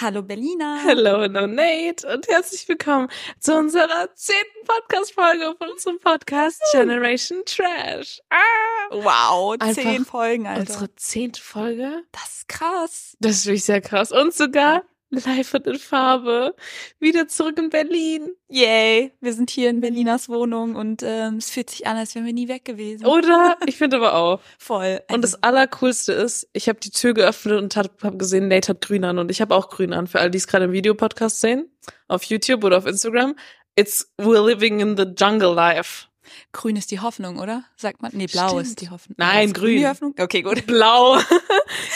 Hallo Berlina. Hello, no Nate und herzlich willkommen zu unserer zehnten Podcast-Folge von unserem Podcast Generation Trash. Ah! Wow, Einfach zehn Folgen, Alter. Unsere zehnte Folge, das ist krass. das ist wirklich sehr krass. Und sogar live und in Farbe, wieder zurück in Berlin, Yay, wir sind hier in Berlinas Wohnung und ähm, es fühlt sich an, als wären wir nie weg gewesen. oder? Ich finde aber auch. Voll. Oh. Und Also, das Allercoolste ist, ich habe die Tür geöffnet und habe hab gesehen, Nate hat grün an und ich habe auch grün an. Für alle, die es gerade im Videopodcast sehen, auf YouTube oder auf Instagram, it's we're living in the jungle life. grün ist die Hoffnung, oder? Sagt man? Nee, blau Stimmt. ist die Hoffnung. Nein, ist grün. die Hoffnung? Okay, gut. Blau.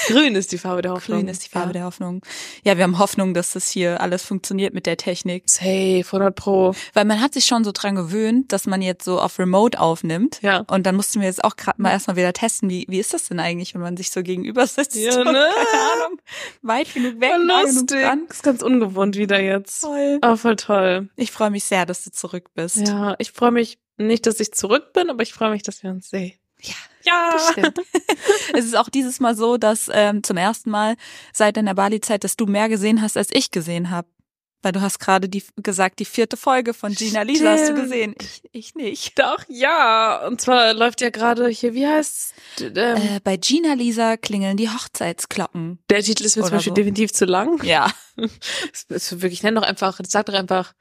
Grün ist die Farbe der Hoffnung. Grün ist die Farbe der Hoffnung. Ja, wir haben Hoffnung, dass das hier alles funktioniert mit der Technik. Safe, 100 Pro. Weil man hat sich schon so dran gewöhnt, dass man jetzt so auf Remote aufnimmt. Ja. Und dann mussten wir jetzt auch gerade mal erstmal wieder testen, wie, wie ist das denn eigentlich, wenn man sich so gegenüber sitzt? Ja, Und, ne? Keine Ahnung. Weit genug weg, Voll nah genug lustig. dran. Ist ganz ungewohnt wieder jetzt. Voll. Aber Oh, voll toll. Ich freue mich sehr, dass du zurück bist. Ja, ich freue mich nicht, dass ich zurück bin, aber ich freue mich, dass wir uns sehen. Ja, Ja. das stimmt. es ist auch dieses Mal so, dass ähm, zum ersten Mal seit deiner Bali-Zeit, dass du mehr gesehen hast, als ich gesehen habe. Weil du hast gerade die, gesagt, die vierte Folge von Gina Lisa hast du Stimmt. gesehen. Ich, ich nicht. Doch, ja. Und zwar läuft ja gerade hier, wie heißt ähm, Äh, bei Gina Lisa klingeln die Hochzeitsglocken. Der Titel ist mir zum oder Beispiel so. definitiv zu lang. Ja. Es ist wirklich, nenn doch einfach, sag doch einfach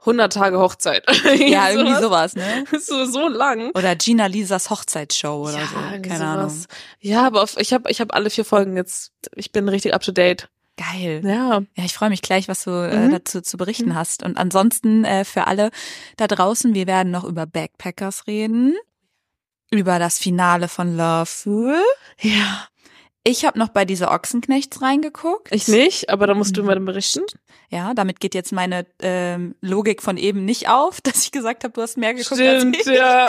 100 Tage Hochzeit. Ja, irgendwie sowas, ne? so. So, so lang. Oder Gina Lisas Hochzeitsshow oder ja, so. Keine irgendwie Ahnung. sowas. Ja, aber auf, ich habe ich hab alle vier Folgen jetzt. Ich bin richtig up to date. Geil. Ja. Ja, ich freue mich gleich, was du äh, Mhm. dazu zu berichten Mhm. hast. Und ansonsten äh, für alle da draußen, wir werden noch über Backpackers reden, über das Finale von Love. Ja. Ich habe noch bei diese Ochsenknechts reingeguckt. Ich nicht, aber da musst du Mhm. mal dann berichten. Ja, damit geht jetzt meine ähm, Logik von eben nicht auf, dass ich gesagt habe, du hast mehr geguckt als ich. ja.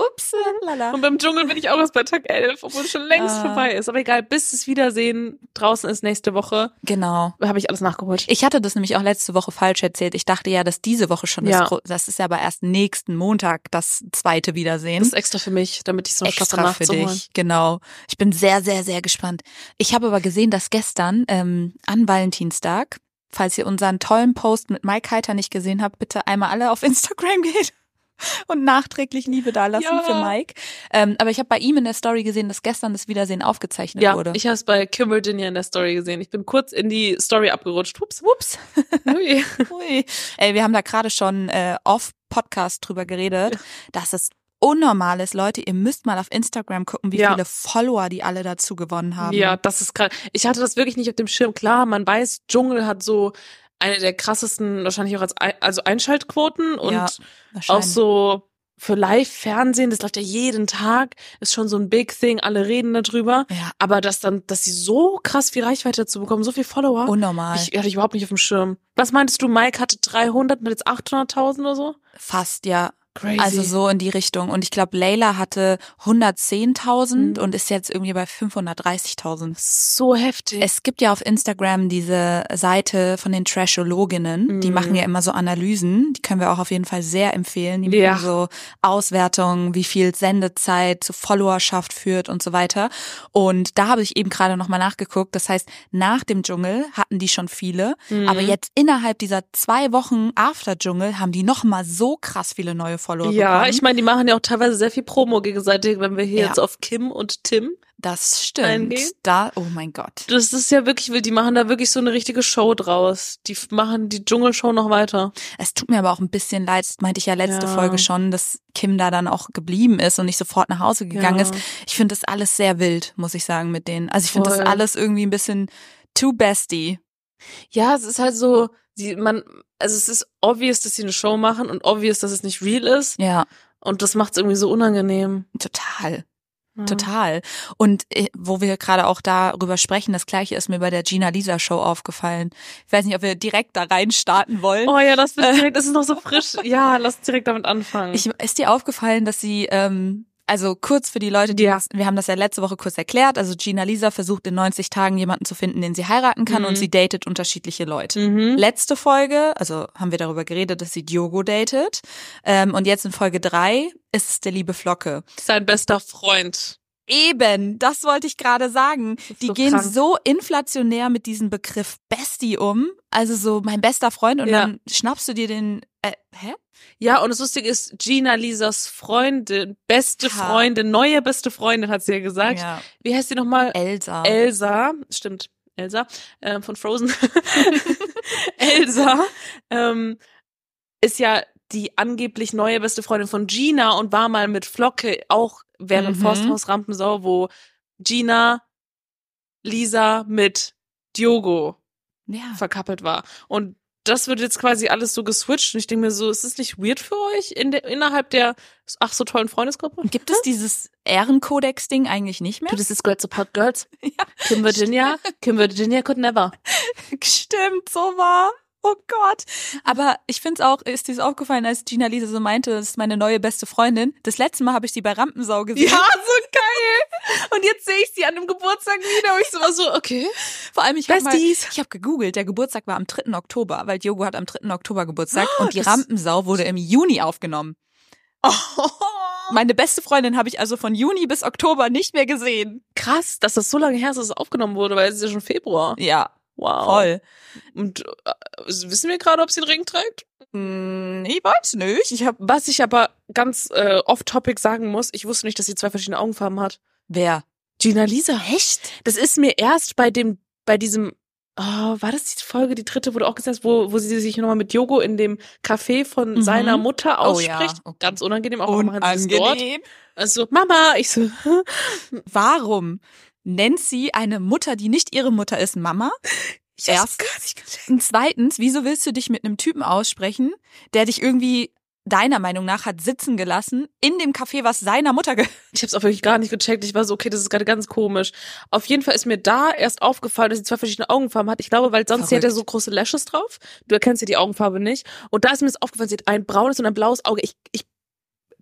Ups, lala. Und beim Dschungel bin ich auch erst bei Tag 11, obwohl es schon längst Ah. vorbei ist. Aber egal, bis das Wiedersehen draußen ist nächste Woche, Genau. habe ich alles nachgeholt. Ich hatte das nämlich auch letzte Woche falsch erzählt. Ich dachte ja, dass diese Woche schon Ja. das Gro das ist ja aber erst nächsten Montag das zweite Wiedersehen. Das ist extra für mich, damit ich so schaffe, extra für nachzuholen. dich. Genau. Ich bin sehr, sehr, sehr gespannt. Ich habe aber gesehen, dass gestern ähm, an Valentinstag, falls ihr unseren tollen Post mit Mike Heiter nicht gesehen habt, bitte einmal alle auf Instagram gehen und nachträglich Liebe dalassen Ja. für Mike. Ähm, aber ich habe bei ihm in der Story gesehen, dass gestern das Wiedersehen aufgezeichnet Ja, wurde. ich habe es bei Kim Virginia in der Story gesehen. Ich bin kurz in die Story abgerutscht. Ups, ups. Ui. Ui. Ey, wir haben da gerade schon äh, off Podcast drüber geredet, dass es unnormal ist. Leute, ihr müsst mal auf Instagram gucken, wie Ja. viele Follower die alle dazu gewonnen haben. ne? Ja, das ist krass. Ich hatte das wirklich nicht auf dem Schirm. Klar, man weiß, Dschungel hat so eine der krassesten, wahrscheinlich auch als Ei- also Einschaltquoten und Ja, auch wahrscheinlich. so für Live-Fernsehen, das läuft ja jeden Tag, ist schon so ein Big Thing, alle reden darüber. ja, Aber dass dann, dass sie so krass viel Reichweite dazu bekommen, so viel Follower, unnormal. ich, hatte ich überhaupt nicht auf dem Schirm. Was meintest du, Mike hatte 300 und jetzt 800.000 oder so? Fast, ja. Crazy. Also so in die Richtung. Und ich glaube, Layla hatte 110.000 Mhm. und ist jetzt irgendwie bei 530.000. so heftig. Es gibt ja auf Instagram diese Seite von den Trashologinnen, die Mhm. machen ja immer so Analysen, die können wir auch auf jeden Fall sehr empfehlen. Die Ja. machen so Auswertungen, wie viel Sendezeit zu Followerschaft führt und so weiter. Und da habe ich eben gerade nochmal nachgeguckt. Das heißt, nach dem Dschungel hatten die schon viele, Mhm. aber jetzt innerhalb dieser zwei Wochen After Dschungel haben die nochmal so krass viele neue Follower Ja, bekommen. ich meine, die machen ja auch teilweise sehr viel Promo gegenseitig, wenn wir hier Ja. jetzt auf Kim und Tim. das stimmt. Eingehen? Da, oh mein Gott. Das ist ja wirklich wild, die machen da wirklich so eine richtige Show draus. Die f- machen die Dschungelshow noch weiter. Es tut mir aber auch ein bisschen leid, das meinte ich ja letzte Ja. Folge schon, dass Kim da dann auch geblieben ist und nicht sofort nach Hause gegangen Ja. ist. Ich finde das alles sehr wild, muss ich sagen, mit denen. Also ich finde das Voll. alles irgendwie ein bisschen too bestie. Ja, es ist halt so, die, man, also es ist obvious, dass sie eine Show machen und obvious, dass es nicht real ist. Ja, Und das macht es irgendwie so unangenehm. total. Ja. Total. Und äh, wo wir gerade auch darüber sprechen, das gleiche ist mir bei der Gina Lisa Show aufgefallen. Ich weiß nicht, ob wir direkt da rein starten wollen. Oh ja, lass mich direkt, das ist noch so frisch. Ja, lass uns direkt damit anfangen. Äh. Ich, ist dir aufgefallen, dass sie, ähm, also kurz für die Leute, die das, wir haben das ja letzte Woche kurz erklärt, also Gina Lisa versucht in 90 Tagen jemanden zu finden, den sie heiraten kann Mhm. und sie datet unterschiedliche Leute. mhm. Letzte Folge, also haben wir darüber geredet, dass sie Diogo datet. Ähm, und jetzt in Folge drei ist es der liebe Flocke. Sein bester Freund. Eben, das wollte ich gerade sagen. Das ist Die so gehen krank. so inflationär mit diesem Begriff Bestie um. Also so mein bester Freund und Ja. dann schnappst du dir den. Äh, hä? Ja, und das Lustige ist, Gina Lisas Freundin, beste Ha. Freundin, neue beste Freundin, hat sie ja gesagt. Ja. Wie heißt sie nochmal? Elsa. Elsa, stimmt, Elsa, ähm, von Frozen. Elsa ähm, ist ja die angeblich neue beste Freundin von Gina und war mal mit Flocke auch während Mhm. Forsthaus Rampensau, wo Gina, Lisa mit Diogo ja. verkappelt war. Und das wird jetzt quasi alles so geswitcht. Und ich denke mir so, ist es nicht weird für euch in der, innerhalb der ach so tollen Freundesgruppe? Gibt es dieses Ehrenkodex-Ding eigentlich nicht mehr? Du, das ist Girls Apart Girls. Ja. Kim Virginia, Kim Virginia could never. Stimmt, so war. Oh Gott. Aber ich finde es auch, ist dir das aufgefallen, als Gina Lisa so meinte, das ist meine neue beste Freundin. Das letzte Mal habe ich die bei Rampensau gesehen. Ja, so geil. Und jetzt sehe ich sie an dem Geburtstag wieder und ich so war so, okay. Vor allem, ich habe mal, Besties. ich habe gegoogelt, der Geburtstag war am 3. Oktober, weil Diogo hat am 3. Oktober Geburtstag und die das- Rampensau wurde im Juni aufgenommen. Meine beste Freundin habe ich also von Juni bis Oktober nicht mehr gesehen. Krass, dass das so lange her ist, dass es aufgenommen wurde, weil es ist ja schon Februar. Ja, Wow. voll. Und äh, wissen wir gerade, ob sie den Ring trägt? Hm, ich weiß nicht. Ich habe Was ich aber ganz äh, off-topic sagen muss, ich wusste nicht, dass sie zwei verschiedene Augenfarben hat. wer? Gina Lisa. Echt? Das ist mir erst bei dem, bei diesem, oh, war das die Folge, die dritte, wo du auch gesagt hast, wo, wo sie sich nochmal mit Jogo in dem Café von Mhm. seiner Mutter Oh ja, ausspricht. okay. Ganz unangenehm, auch machen sie es dort. Unangenehm. Also, Mama, ich so, Warum nennt sie eine Mutter, die nicht ihre Mutter ist, Mama? ich Erstens. Und zweitens, wieso willst du dich mit einem Typen aussprechen, der dich irgendwie deiner Meinung nach hat sitzen gelassen in dem Café, was seiner Mutter gehört? Ich hab's auch wirklich gar nicht gecheckt. Ich war so, okay, das ist gerade ganz komisch. Auf jeden Fall ist mir da erst aufgefallen, dass sie zwei verschiedene Augenfarben hat. Ich glaube, weil sonst sie hat ja Verrückt. so große Lashes drauf. Du erkennst ja die Augenfarbe nicht. Und da ist mir das aufgefallen, sie hat ein braunes und ein blaues Auge. Ich, ich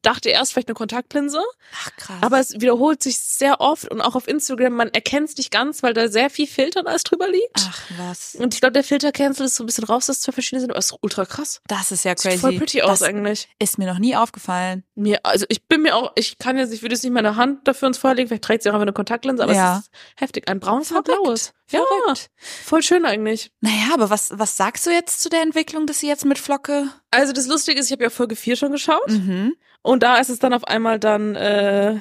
dachte erst vielleicht eine Kontaktlinse, Ach krass. aber es wiederholt sich sehr oft und auch auf Instagram, man erkennt es nicht ganz, weil da sehr viel Filter und alles drüber liegt. Ach was. Und ich glaube, der Filter-Cancel ist so ein bisschen raus, dass es zwei verschiedene sind, aber es ist ultra krass. Das ist ja Sieht crazy. voll pretty aus das eigentlich. ist mir noch nie aufgefallen. Mir, also ich bin mir auch, ich kann jetzt, ich würde jetzt nicht meine Hand dafür ins Feuer legen, vielleicht trägt sie auch einfach eine Kontaktlinse, aber Ja. es ist heftig. Ein braunes und ein Verrückt. blaues. Ja, voll schön eigentlich. Naja, aber was, was sagst du jetzt zu der Entwicklung, dass sie jetzt mit Flocke? Also das Lustige ist, ich habe ja Folge 4 schon geschaut Mhm. und da ist es dann auf einmal dann, äh,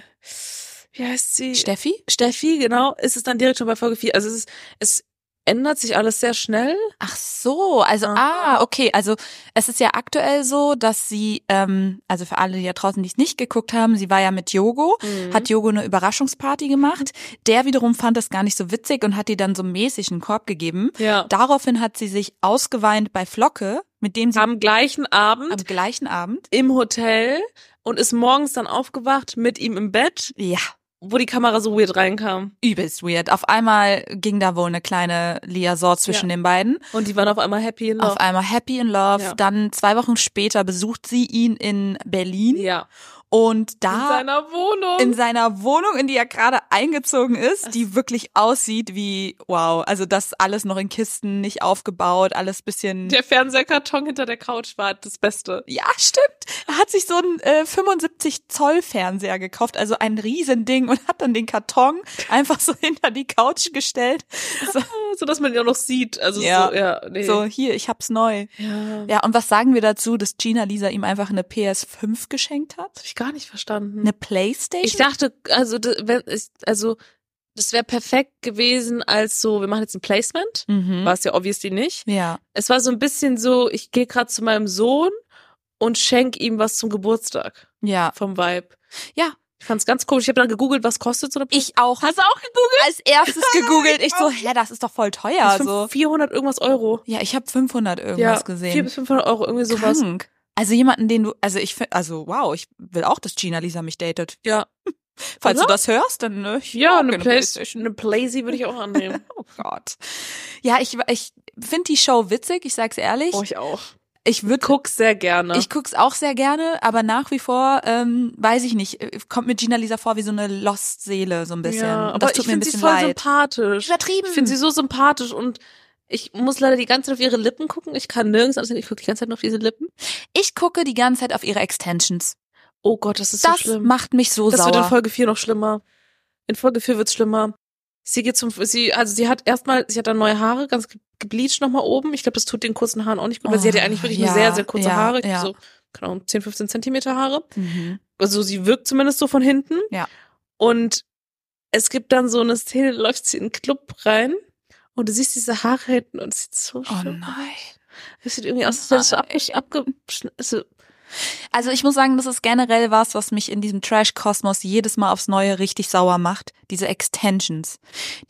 wie heißt sie? Steffi? Steffi, genau, ist es dann direkt schon bei Folge 4. Also es ist, es ändert sich alles sehr schnell. Ach so, also Aha. ah, okay, also es ist ja aktuell so, dass sie, ähm, also für alle, die da draußen die es nicht geguckt haben, sie war ja mit Yogo, Mhm. hat Yogo eine Überraschungsparty gemacht. Der wiederum fand das gar nicht so witzig und hat ihr dann so mäßig einen Korb gegeben. ja. Daraufhin hat sie sich ausgeweint bei Flocke, mit dem sie Am gleichen am Abend gleichen Abend. im Hotel und ist morgens dann aufgewacht mit ihm im Bett, Ja, wo die Kamera so weird reinkam. übelst weird. Auf einmal ging da wohl eine kleine Liaison zwischen den beiden. Und die waren auf einmal happy in love. Auf einmal happy in love. Ja. Dann zwei Wochen später besucht sie ihn in Berlin ja. und In da seiner Wohnung. in seiner Wohnung, in die er gerade eingezogen ist, die wirklich aussieht wie, wow, also das alles noch in Kisten, nicht aufgebaut, alles bisschen. der Fernsehkarton hinter der Couch war das Beste. Ja, stimmt. Er hat sich so einen äh, 75 Zoll Fernseher gekauft, also ein Riesending und hat dann den Karton einfach so hinter die Couch gestellt. So dass man ihn auch noch sieht. Also Ja. so, ja, nee. So, hier, ich hab's neu. Ja. Ja, und was sagen wir dazu, dass Gina Lisa ihm einfach eine PS5 geschenkt hat? Hab ich gar nicht verstanden. Eine Playstation? ich dachte, also, d- wenn, ich, also, das wäre perfekt gewesen als so, wir machen jetzt ein Placement. mhm. War es ja obviously nicht. Ja. Es war so ein bisschen so, ich gehe gerade zu meinem Sohn und schenk ihm was zum Geburtstag Ja. vom Vibe. Ja. Ich fand's ganz komisch. Ich habe dann gegoogelt, was kostet so eine Ich auch. Hast du auch gegoogelt? Als erstes gegoogelt. Ich so, hä, das ist doch voll teuer. Das sind So. 400 irgendwas Euro. Ja, ich habe 500 also irgendwas Vier gesehen. bis 500 Euro, irgendwie sowas. Krank. Also jemanden, den du, also ich, fi- also wow, ich will auch, dass Gina Lisa mich datet. Ja. Falls Oder? du das hörst, dann ne, ich Ja, mag eine, keine Playstation. eine Playsy würde ich auch annehmen. Oh Gott. Ja, ich, ich finde die Show witzig, ich sag's ehrlich. Oh, ich ne? auch. ich würde Guck sehr gerne. ich guck's auch sehr gerne, aber nach wie vor, ähm, weiß ich nicht, äh, kommt mir Gina Lisa vor wie so eine Lost-Seele, so ein bisschen. ja, Und aber das tut ich mir ein finde sie bisschen voll leid. sympathisch. Übertrieben. Ich finde sie so sympathisch und ich muss leider die ganze Zeit auf ihre Lippen gucken. Ich kann nirgends anders hin. Ich gucke die ganze Zeit nur auf diese Lippen. ich gucke die ganze Zeit auf ihre Extensions. Oh Gott, das ist das so schlimm. macht mich so Das sauer. wird in Folge 4 noch schlimmer. In Folge 4 wird's schlimmer. Sie geht zum, sie, also sie hat erstmal, sie hat dann neue Haare, ganz ge- gebleached nochmal oben. Ich glaube, das tut den kurzen Haaren auch nicht gut, weil sie Oh, hat ja eigentlich wirklich ja, nur sehr, sehr kurze ja, Haare. ja. So, keine Ahnung, 10, 15 Zentimeter Haare. Mhm. Also sie wirkt zumindest so von hinten. Ja. Und es gibt dann so eine Szene, da läuft sie in den Club rein und du siehst diese Haare hinten und es sieht so Oh schlimm. nein. Es sieht irgendwie aus, als wäre es ab, abgeschnitten. Also, Also ich muss sagen, das ist generell was, was mich in diesem Trash-Kosmos jedes Mal aufs Neue richtig sauer macht. Diese Extensions.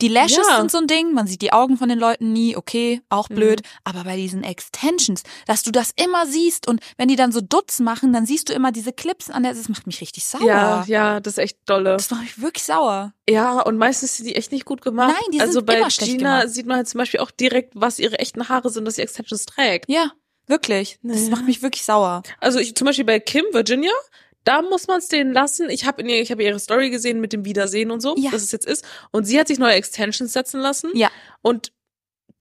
Die Lashes Ja. sind so ein Ding, man sieht die Augen von den Leuten nie, okay, auch Mhm. blöd. Aber bei diesen Extensions, dass du das immer siehst und wenn die dann so Dutz machen, dann siehst du immer diese Clips an der, das macht mich richtig sauer. ja, ja, das ist echt dolle. Das macht mich wirklich sauer. Ja, und meistens sind die echt nicht gut gemacht. Nein, die also sind bei immer schlecht Gina gemacht. sieht man halt zum Beispiel auch direkt, was ihre echten Haare sind, dass sie Extensions trägt. Ja, wirklich. Das Naja. macht mich wirklich sauer. Also ich, zum Beispiel bei Kim, Virginia, da muss man es denen lassen. Ich habe ich hab ihre Story gesehen mit dem Wiedersehen und so, Ja. dass es jetzt ist. Und sie hat sich neue Extensions setzen lassen. Ja. Und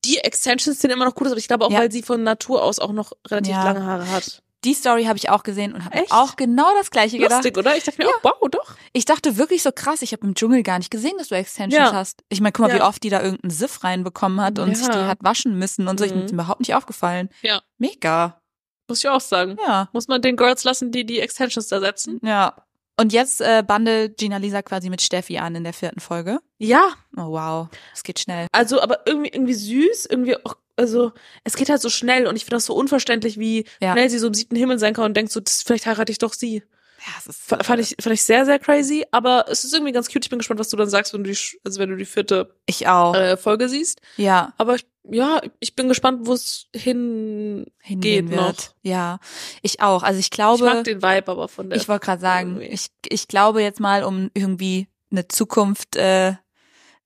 die Extensions sind immer noch gut, aber ich glaube auch, Ja. weil sie von Natur aus auch noch relativ Ja. lange Haare hat. Die Story habe ich auch gesehen und habe Echt? auch genau das gleiche gedacht. Lustig, oder? Ich dachte mir, auch, wow, doch. Ich dachte wirklich so krass, ich habe im Dschungel gar nicht gesehen, dass du Extensions Ja. hast. Ich meine, guck mal, wie Ja. oft die da irgendeinen Siff reinbekommen hat und Ja. sich die hat waschen müssen und so. Ich Mhm. bin überhaupt nicht aufgefallen. Ja. Mega. Muss ich auch sagen. Ja. Muss man den Girls lassen, die die Extensions da setzen? Ja. Und jetzt äh, bandelt Gina Lisa quasi mit Steffi an in der vierten Folge. Ja, Oh wow, es geht schnell. Also, aber irgendwie, irgendwie süß, irgendwie auch, also, es geht halt so schnell und ich finde das so unverständlich, wie Ja. schnell sie so im siebten Himmel sein kann und denkt so, das, vielleicht heirate ich doch sie. Ja, es ist, F fand ich, fand ich sehr, sehr crazy, aber es ist irgendwie ganz cute. Ich bin gespannt, was du dann sagst, wenn du die, sch- also wenn du die vierte ich auch. äh, Folge siehst. ja, Aber ich, ja, ich bin gespannt, wo es hin. hingehen geht wird. noch. Ja, ich auch. Also ich Ich mag glaube, den Vibe aber von der. ich, wollte gerade sagen, irgendwie. ich, ich glaube jetzt mal, um irgendwie eine Zukunft äh,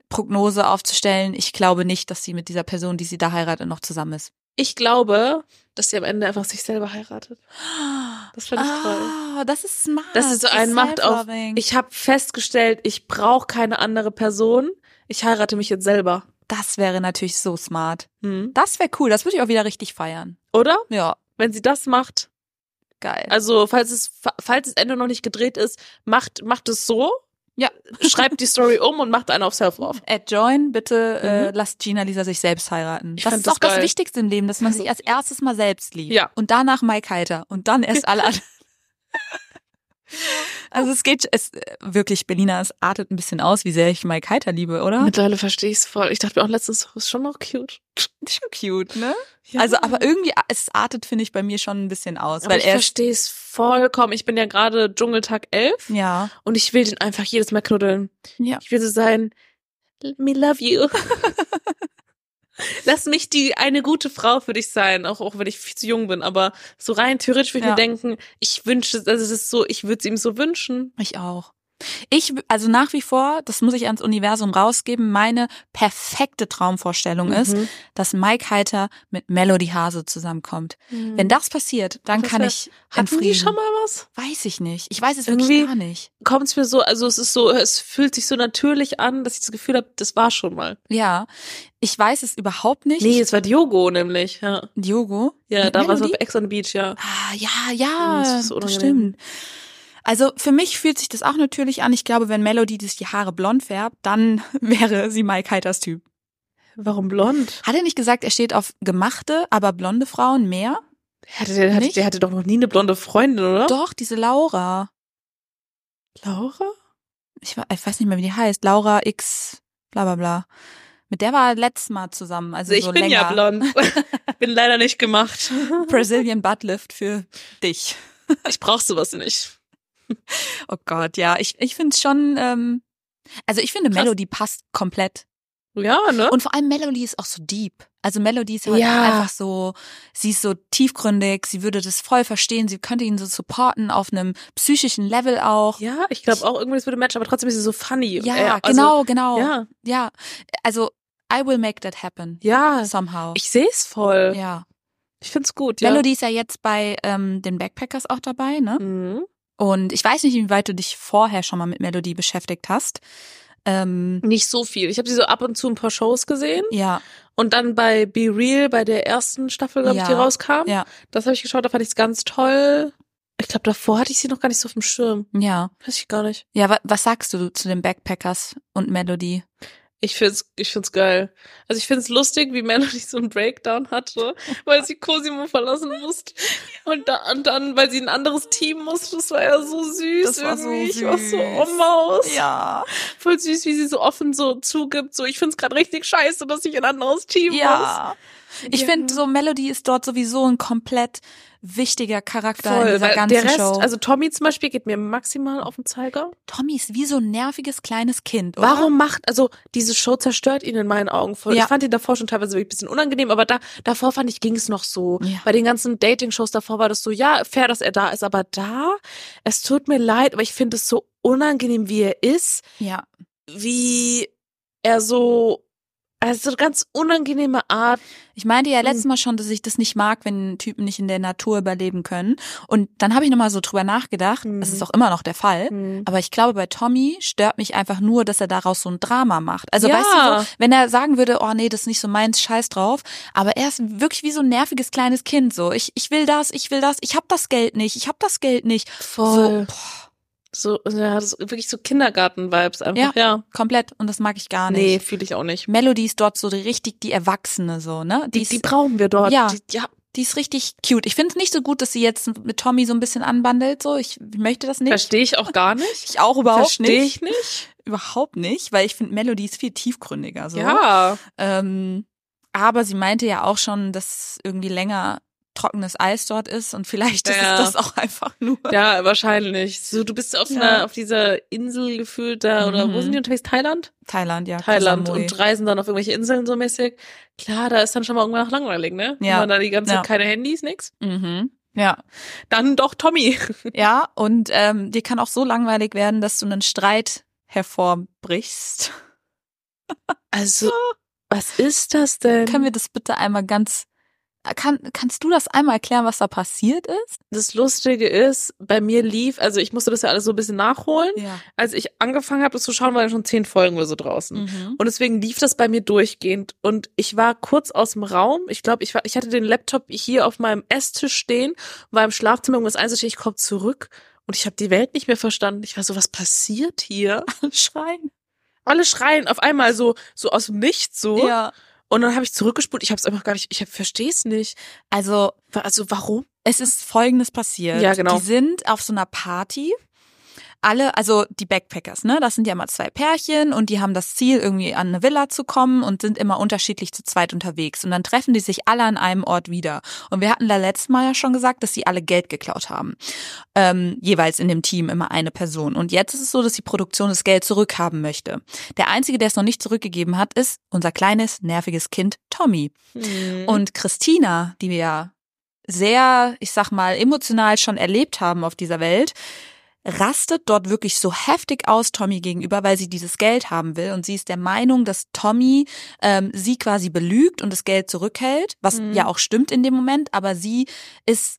Prognose aufzustellen, ich glaube nicht, dass sie mit dieser Person, die sie da heiratet, noch zusammen ist. ich glaube, dass sie am Ende einfach sich selber heiratet. Das fand ich toll. Ah, das ist smart. Das ist so ein Macht auf- self-loving. Ich habe festgestellt, ich brauche keine andere Person. Ich heirate mich jetzt selber. Das wäre natürlich so smart. Hm. Das wäre cool. Das würde ich auch wieder richtig feiern. Oder? Ja, Wenn sie das macht, geil. also falls es fa- falls das Ende noch nicht gedreht ist, macht macht es so. Ja. Schreibt die Story um und macht einen auf Self Love. At Join, bitte äh, Mhm. lasst Gina Lisa sich selbst heiraten. Ich das fand ist auch das das geil. Wichtigste im Leben, dass man sich als erstes mal selbst liebt. Ja. Und danach Mike Heiter. Und dann erst alle anderen. Also es geht, es äh, wirklich, Berliner, es artet ein bisschen aus, wie sehr ich Mike Heiter liebe, oder? Mittlerweile verstehe ich es voll. Ich dachte mir auch letztens, das ist schon noch cute. Schon cute, ne? Ja. Also, aber irgendwie, es artet, finde ich, bei mir schon ein bisschen aus. Aber weil ich er ist- verstehe es vollkommen. Ich bin ja gerade Dschungeltag 11 ja. und ich will den einfach jedes Mal knuddeln. Ja. Ich will so sein, let me love you. Lass mich die eine gute Frau für dich sein, auch, auch wenn ich viel zu jung bin. Aber so rein theoretisch würde ich Ja. mir denken, ich wünsche, also es ist so, ich würde es ihm so wünschen. Ich auch. Ich, w- also nach wie vor, das muss ich ans Universum rausgeben, meine perfekte Traumvorstellung ist, Mhm. dass Mike Heiter mit Melody Hase zusammenkommt. Wenn das passiert, dann Mhm. Das kann wär- ich in Hatten die Frieden- schon mal was? Weiß ich nicht. Ich weiß es wirklich Irgendwie- gar nicht. Kommt es mir so, also es ist so, es fühlt sich so natürlich an, dass ich das Gefühl habe, das war schon mal. Ja, ich weiß es überhaupt nicht. Nee, es war Diogo nämlich, ja. Diogo? Ja, Mit da war es auf Melody? Ex on the Beach, ja. Ah, ja, Mm, ja, das das, ist unangenehm. stimmt. Also für mich fühlt sich das auch natürlich an. Ich glaube, wenn Melody sich die Haare blond färbt, dann wäre sie Mike Heiters Typ. Warum blond? Hat er nicht gesagt, er steht auf gemachte, aber blonde Frauen mehr? Der hatte, der, hatte, Nicht? der hatte doch noch nie eine blonde Freundin, oder? Doch, diese Laura. Laura? Ich, wa- ich weiß nicht mehr, wie die heißt. Laura X, bla bla bla. Mit der war er letztes Mal zusammen. Also, Also ich so bin länger. ja blond. bin leider nicht gemacht. Brazilian Buttlift für dich. Ich brauch sowas nicht. Oh Gott, ja, ich, ich finde es schon, ähm, also ich finde Krass. Melody passt komplett. Ja, ne? Und vor allem Melody ist auch so deep. Also Melody ist halt Ja. einfach so, sie ist so tiefgründig, sie würde das voll verstehen, sie könnte ihn so supporten auf einem psychischen Level auch. ja, ich glaube auch irgendwie, das würde matchen, aber trotzdem ist sie so funny. Ja, Äh, also, genau, genau. Ja. Ja, also I will make that happen. ja. Somehow. Ich äh, sehe es voll. ja. Ich find's gut, ja. Melody ist ja jetzt bei ähm, den Backpackers auch dabei, ne? Mhm. Und ich weiß nicht, inwieweit du dich vorher schon mal mit Melody beschäftigt hast. Ähm, Nicht so viel. Ich habe sie so ab und zu ein paar Shows gesehen ja, und dann bei Be Real, bei der ersten Staffel, glaube Ja, ich, die rauskam. ja. Das habe ich geschaut, da fand ich's ganz toll. Ich glaube, davor hatte ich sie noch gar nicht so auf dem Schirm. Ja. Weiß ich gar nicht. Ja, wa was sagst du zu den Backpackers und Melody? Ich find's, ich find's geil. Also ich find's lustig, wie Melody so einen Breakdown hatte, weil sie Cosimo verlassen musste. Und, da, und dann, weil sie ein anderes Team musste. Das war ja so süß. Das war so irgendwie. Ich war süß. so oh Maus. Ja. Voll süß, wie sie so offen so zugibt. So, ich find's gerade richtig scheiße, dass ich in ein anderes Team muss. Ja. Ich Ja. finde, so Melody ist dort sowieso ein komplett wichtiger Charakter in dieser weil ganzen der Rest, Show. also Tommy zum Beispiel geht mir maximal auf den Zeiger. Tommy ist wie so ein nerviges kleines Kind. Oder? Warum macht, also diese Show zerstört ihn in meinen Augen voll. Ja. Ich fand ihn davor schon teilweise wirklich ein bisschen unangenehm, aber da, davor fand ich, ging es noch so. Ja. Bei den ganzen Dating-Shows davor war das so, ja, fair, dass er da ist, aber da, es tut mir leid, aber ich finde es so unangenehm, wie er ist, Ja. wie er so, also eine ganz unangenehme Art. Ich meinte ja Mhm. letztes Mal schon, dass ich das nicht mag, wenn Typen nicht in der Natur überleben können. Und dann habe ich nochmal so drüber nachgedacht. Mhm. Das ist auch immer noch der Fall. Hm. Aber ich glaube, bei Tommy stört mich einfach nur, dass er daraus so ein Drama macht. Also Ja. weißt du, so, wenn er sagen würde, oh nee, das ist nicht so meins, scheiß drauf. Aber er ist wirklich wie so ein nerviges kleines Kind. So, ich, ich will das, ich will das, ich hab das Geld nicht, ich hab das Geld nicht. So, Voll. So, ja, das ist wirklich so Kindergarten-Vibes einfach, ja. komplett. Und das mag ich gar nicht. Nee, fühle ich auch nicht. Melody ist dort so die- richtig die Erwachsene, so, ne? Die, Die, ist, die brauchen wir dort. Ja. Die, ja, die ist richtig cute. Ich finde es nicht so gut, dass sie jetzt mit Tommy so ein bisschen anbandelt, so. Ich möchte das nicht. verstehe ich auch gar nicht. ich auch überhaupt Verstehe nicht. ich nicht. Überhaupt nicht, weil ich finde, Melody ist viel tiefgründiger, so. Ja. Ähm, aber sie meinte ja auch schon, dass irgendwie länger trockenes Eis dort ist und vielleicht Ja. ist es das auch einfach nur. Ja, wahrscheinlich. So, du bist auf Ja. einer, auf dieser Insel gefühlt da, oder wo Mhm. sind die unterwegs? Thailand? Thailand, ja. Thailand Koh Samui. und reisen dann auf irgendwelche Inseln so mäßig. Klar, da ist dann schon mal irgendwann auch langweilig, ne? Ja. Wenn man da die ganze Ja. keine Handys, nix. Mhm. Ja. Dann doch Tommy. Ja, und ähm, dir kann auch so langweilig werden, dass du einen Streit hervorbrichst. Also, was ist das denn? Können wir das bitte einmal ganz. äh, Kann, kannst du das einmal erklären, was da passiert ist? das Lustige ist, bei mir lief, also ich musste das ja alles so ein bisschen nachholen. Ja. Als ich angefangen habe, das zu schauen, waren schon zehn Folgen oder so draußen. Mhm. Und deswegen lief das bei mir durchgehend. Und ich war kurz aus dem Raum. Ich glaube, ich, war, ich hatte den Laptop hier auf meinem Esstisch stehen, war im Schlafzimmer, um das einzustehen. Ich komme zurück und ich habe die Welt nicht mehr verstanden. Ich war so, was passiert hier? Schreien. Alle schreien auf einmal so, so aus dem Nichts so. Ja. Und dann habe ich zurückgespult. Ich habe es einfach gar nicht, ich verstehe es nicht. Also, Wa- Also warum? Es ist Folgendes passiert. Ja, genau. Die sind auf so einer Party. Alle, also die Backpackers, ne? Das sind ja mal zwei Pärchen und die haben das Ziel, irgendwie an eine Villa zu kommen und sind immer unterschiedlich zu zweit unterwegs. Und dann treffen die sich alle an einem Ort wieder. Und wir hatten da letztes Mal ja schon gesagt, dass sie alle Geld geklaut haben. Ähm, jeweils in dem Team immer eine Person. Und jetzt ist es so, dass die Produktion das Geld zurückhaben möchte. Der Einzige, der es noch nicht zurückgegeben hat, ist unser kleines, nerviges Kind Tommy. Und Und Christina, die wir ja sehr, ich sag mal, emotional schon erlebt haben auf dieser Welt, rastet dort wirklich so heftig aus Tommy gegenüber, weil sie dieses Geld haben will. Und sie ist der Meinung, dass Tommy ähm, sie quasi belügt und das Geld zurückhält, was Mhm. ja auch stimmt in dem Moment, aber sie ist,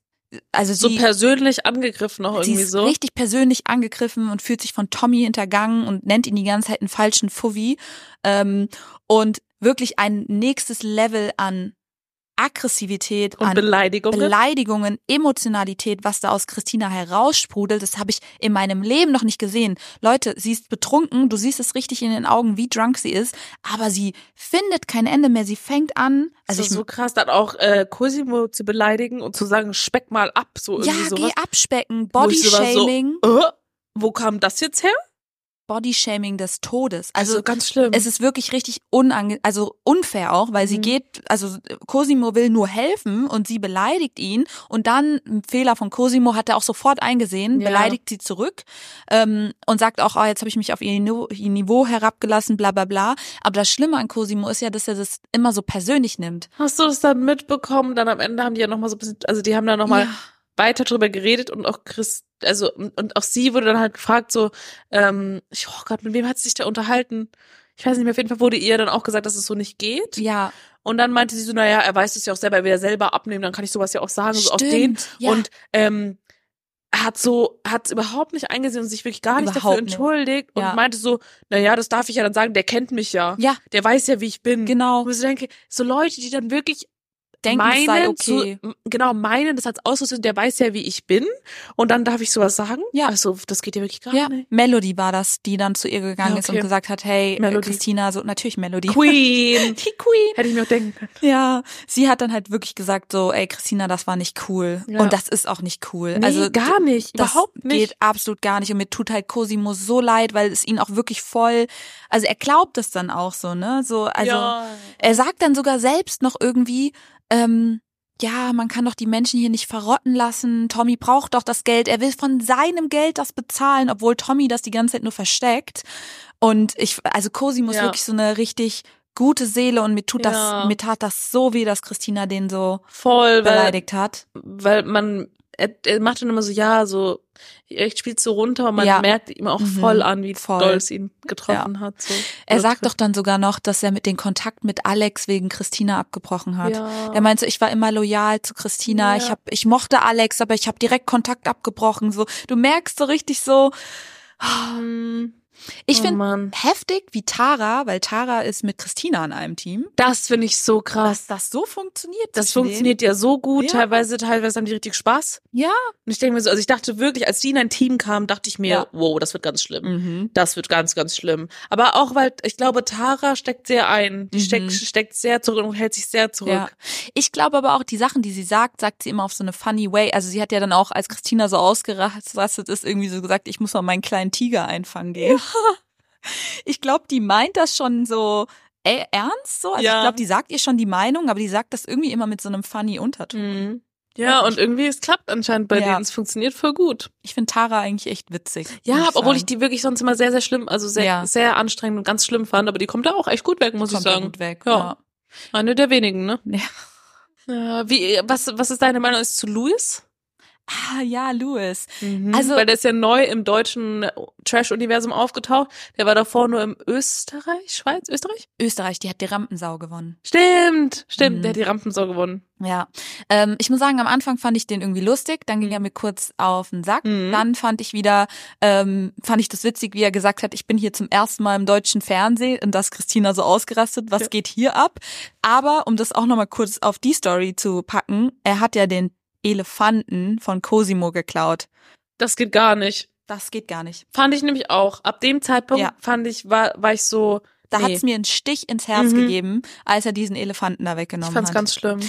also so sie, persönlich angegriffen auch sie irgendwie ist so. richtig persönlich angegriffen und fühlt sich von Tommy hintergangen und nennt ihn die ganze Zeit einen falschen Fuffi. Ähm, und wirklich ein nächstes Level an Aggressivität, Und an Beleidigungen. Beleidigungen, Emotionalität, was da aus Christina heraussprudelt, das habe ich in meinem Leben noch nicht gesehen. Leute, sie ist betrunken, du siehst es richtig in den Augen, wie drunk sie ist, aber sie findet kein Ende mehr, sie fängt an, also also ich, so krass, dann auch äh, Cosimo zu beleidigen und zu sagen, speck mal ab, so ja, irgendwie sowas. geh abspecken, Wo ich so war, so- oh. Bodyshaming, äh, wo kam das jetzt her? Bodyshaming des Todes. Also ganz schlimm. es ist wirklich richtig unange also unfair auch, weil sie Mhm. geht, also Cosimo will nur helfen und sie beleidigt ihn und dann ein Fehler von Cosimo hat er auch sofort eingesehen, Ja. beleidigt sie zurück ähm, und sagt auch, ah, jetzt habe ich mich auf ihr Niveau, ihr Niveau herabgelassen, bla bla bla. Aber das Schlimme an Cosimo ist ja, dass er das immer so persönlich nimmt. Hast du das dann mitbekommen? Dann am Ende haben die ja nochmal so ein bisschen, also die haben dann nochmal mal weiter drüber geredet und auch Chris, also und und auch sie wurde dann halt gefragt, so, ähm, ich, oh Gott, mit wem hat sie sich da unterhalten? Ich weiß nicht mehr, auf jeden Fall wurde ihr dann auch gesagt, dass es so nicht geht. ja, Und dann meinte sie so, naja, er weiß es ja auch selber, er will ja selber abnehmen, dann kann ich sowas ja auch sagen, so also auf stimmt, den. ja. Und ähm, hat so, hat überhaupt nicht eingesehen und sich wirklich gar nicht Überhaupt dafür nicht. entschuldigt Ja. und meinte so, naja, das darf ich ja dann sagen, der kennt mich ja. ja, Der weiß ja, wie ich bin. genau. Wo ich so denke, so Leute, die dann wirklich denken, es sei okay. zu, m- genau, meinen, das als Ausrüstung, der weiß ja, wie ich bin. Und dann darf ich sowas sagen. Ja. Also, das geht ja wirklich gar ja, nicht. Melody war das, die dann zu ihr gegangen Ja, ist und okay. gesagt hat, hey, äh, Melody. Christina, so natürlich Melody. Queen. Die Queen. Hätte ich mir auch denken können. Ja, sie hat dann halt wirklich gesagt so, ey Christina, das war nicht cool Ja. und das ist auch nicht cool. Nee, also gar nicht. das überhaupt nicht. geht absolut gar nicht und mir tut halt Cosimo so leid, weil es ihn auch wirklich voll, also er glaubt es dann auch so, ne? So also ja. er sagt dann sogar selbst noch irgendwie ähm ja, man kann doch die Menschen hier nicht verrotten lassen. Tommy braucht doch das Geld. Er will von seinem Geld das bezahlen, obwohl Tommy das die ganze Zeit nur versteckt. Und ich, also Cosimo ist Ja. wirklich so eine richtig gute Seele und mir tut Ja. das, mir tat das so weh, dass Christina den so Voll, weil beleidigt hat. weil man er, er macht dann immer so, ja, so, er spielt so runter und man Ja. merkt ihm auch Mhm. voll an, wie Voll. doll es ihn getroffen hat. So. Er Oder sagt doch trifft. dann sogar noch, dass er mit den Kontakt mit Alex wegen Christina abgebrochen hat. ja. Er meint so, ich war immer loyal zu Christina, Ja. ich hab, ich mochte Alex, aber ich habe direkt Kontakt abgebrochen. So, du merkst so richtig so. Hm. Ich oh finde Mann. heftig, wie Tara, weil Tara ist mit Christina in einem Team, Das finde ich so dass krass. das so funktioniert. Das zwischen funktioniert ja so gut, Ja. teilweise, teilweise haben die richtig Spaß. Ja. Und ich denke mir so, also ich dachte wirklich, als die in ein Team kamen, dachte ich mir, Ja. wow, das wird ganz schlimm. denen. Mhm. Das wird ganz, ganz schlimm. Aber auch, weil ich glaube, Tara steckt sehr ein. Die Mhm. steckt, steckt sehr zurück und hält sich sehr zurück. Ja. Ich glaube aber auch, die Sachen, die sie sagt, sagt sie immer auf so eine funny way. Also sie hat ja dann auch, als Christina so ausgerastet ist, irgendwie so gesagt, ich muss mal meinen kleinen Tiger einfangen gehen. Ich glaube, die meint das schon so ey, ernst so. Also ich Ja. glaube, die sagt ihr schon die Meinung, aber die sagt das irgendwie immer mit so einem funny Unterton. Mhm. Ja, und irgendwie, es klappt anscheinend bei Ja. denen. Es funktioniert voll gut. Ich finde Tara eigentlich echt witzig. muss Mhm. Ja, obwohl ich sagen. die wirklich sonst immer sehr, sehr schlimm, also sehr, Ja. sehr anstrengend und ganz schlimm fand, aber die kommt da auch echt gut weg, muss kommt ich da sagen. gut weg. Ja. Eine der wenigen, ne? Ja. Ja, wie, was, was ist deine Meinung ist zu Louis? Ah ja, Louis. Also- Also, weil der ist ja neu im deutschen Trash-Universum aufgetaucht. Der war davor nur im Österreich, Schweiz, Österreich? Österreich, die hat die Rampensau gewonnen. Stimmt, stimmt, Mhm. der hat die Rampensau gewonnen. Ja. Ähm, ich muss sagen, am Anfang fand ich den irgendwie lustig, dann ging er mir kurz auf den Sack. Mhm. Dann fand ich wieder, ähm, fand ich das witzig, wie er gesagt hat, ich bin hier zum ersten Mal im deutschen Fernsehen und dass Christina so ausgerastet, was Ja. geht hier ab? Aber um das auch nochmal kurz auf die Story zu packen, er hat ja den Elefanten von Cosimo geklaut. Das geht gar nicht. Das geht gar nicht. Fand ich nämlich auch. Ab dem Zeitpunkt Ja. fand ich, war, war ich so, Da Nee. hat's mir einen Stich ins Herz Mhm. gegeben, als er diesen Elefanten da ich weggenommen fand's hat. ganz schlimm.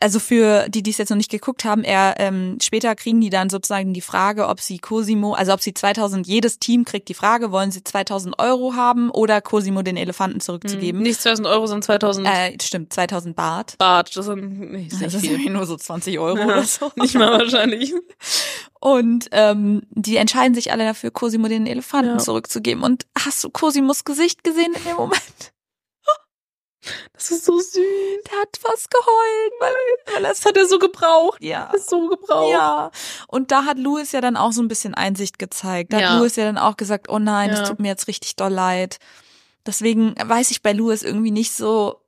also für die, die es jetzt noch nicht geguckt haben, er ähm, später kriegen die dann sozusagen die Frage, ob sie Cosimo, also ob sie 2000, jedes Team kriegt die Frage, wollen sie 2000 Euro haben oder Cosimo den Elefanten Mhm. zurückzugeben. Nicht 2000 Euro, sondern 2000 Äh, stimmt, 2000 Bart. Bart. Das sind nee, ist Das nicht ist viel. irgendwie nur so 20 Euro oder so. Nicht mal wahrscheinlich. Und ähm, die entscheiden sich alle dafür, Cosimo den Elefanten Ja. zurückzugeben. Und hast du Cosimos Gesicht gesehen in dem Moment? Das ist so süß. Der hat fast geheult, weil, weil er es Das hat er so gebraucht. ja. Das ist so gebraucht. Ja, und da hat Louis ja dann auch so ein bisschen Einsicht gezeigt. Da Ja. hat Louis ja dann auch gesagt, oh nein, Ja. das tut mir jetzt richtig doll leid. Deswegen weiß ich bei Louis irgendwie nicht so,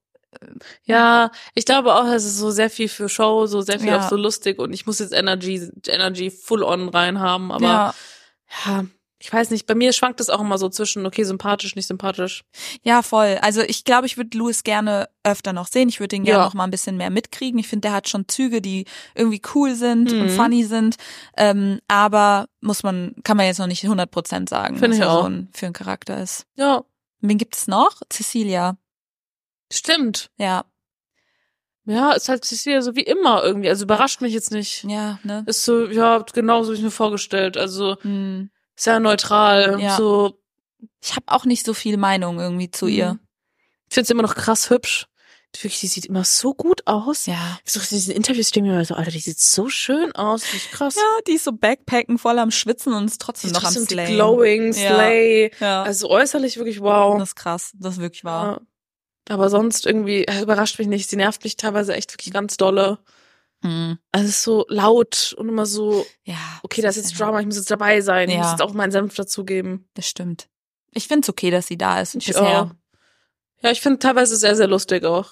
Ja, ich glaube auch, es ist so sehr viel für Show, so sehr viel Ja. auch so lustig und ich muss jetzt Energy, Energy full on reinhaben, aber ja. ja. ich weiß nicht, bei mir schwankt es auch immer so zwischen, okay, sympathisch, nicht sympathisch. ja, voll. Also ich glaube, ich würde Louis gerne öfter noch sehen. Ich würde ihn gerne Ja. noch mal ein bisschen mehr mitkriegen. Ich finde, der hat schon Züge, die irgendwie cool sind und Mhm. funny sind. Ähm, aber muss man, kann man jetzt noch nicht 100 Prozent sagen, Finde was ich er auch. so ein, für ein Charakter ist. Ja, Wen gibt's noch? Cecilia. stimmt. Ja, Ja, ist halt Cecilia so wie immer irgendwie, also überrascht mich jetzt nicht. ja, ne? Ist so, ja, genau so wie ich mir vorgestellt, also Hm. sehr neutral, Ja. so. Ich habe auch nicht so viel Meinung irgendwie Mhm. zu ihr. Ich finde sie immer noch krass hübsch. Wirklich, die sieht immer so gut aus. Ja. So in diesen Interviews denke ich mir immer so, Alter, die sieht so schön aus, das ist krass. Ja, die ist so Backpacken, voll am Schwitzen und ist Sie trotzdem ist noch am trotzdem Slay. glowing, Ja. slay. Ja, Also äußerlich wirklich wow. das ist krass. Das ist wirklich wahr. Ja. Aber sonst irgendwie äh, überrascht mich nicht. Sie nervt mich teilweise echt wirklich ganz dolle. Hm. Also es ist so laut und immer so, Ja. okay, das ist jetzt Drama, ich muss jetzt dabei sein, ich Ja. muss jetzt auch meinen Senf dazugeben. Das stimmt. Ich find's okay, dass sie da ist. Ich bisher. Ja, ich finde teilweise sehr, sehr lustig auch.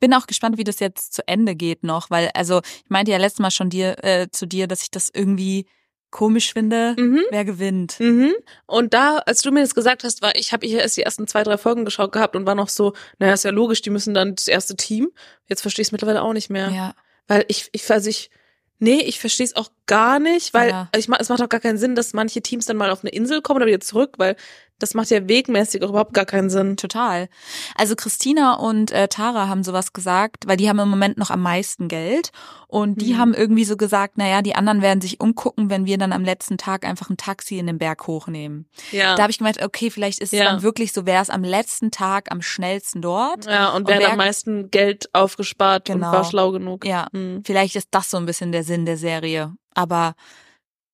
Bin auch gespannt, wie das jetzt zu Ende geht noch, weil, also, ich meinte ja letztes Mal schon dir, äh, zu dir, dass ich das irgendwie komisch finde, Mhm. wer gewinnt. Mhm. Und da, als du mir das gesagt hast, war ich, habe ich erst die ersten zwei, drei Folgen geschaut gehabt und war noch so, naja, ist ja logisch, die müssen dann das erste Team. Jetzt verstehe ich es mittlerweile auch nicht mehr. Ja. Weil ich, ich, also ich, nee, ich verstehe es auch gar nicht, weil Ja. ich, ma- es macht auch gar keinen Sinn, dass manche Teams dann mal auf eine Insel kommen oder wieder zurück, weil das macht ja wegmäßig auch überhaupt gar keinen Sinn. Total. Also Christina und äh, Tara haben sowas gesagt, weil die haben im Moment noch am meisten Geld und die Mhm. haben irgendwie so gesagt, naja, die anderen werden sich umgucken, wenn wir dann am letzten Tag einfach ein Taxi in den Berg hochnehmen. Ja. Da habe ich gemeint, okay, vielleicht ist Ja. es dann wirklich so, wer es am letzten Tag am schnellsten dort. ja, und Und wer wer- hat am meisten Geld aufgespart Genau. und war schlau genug. Ja, Mhm. vielleicht ist das so ein bisschen der Sinn der Serie. Aber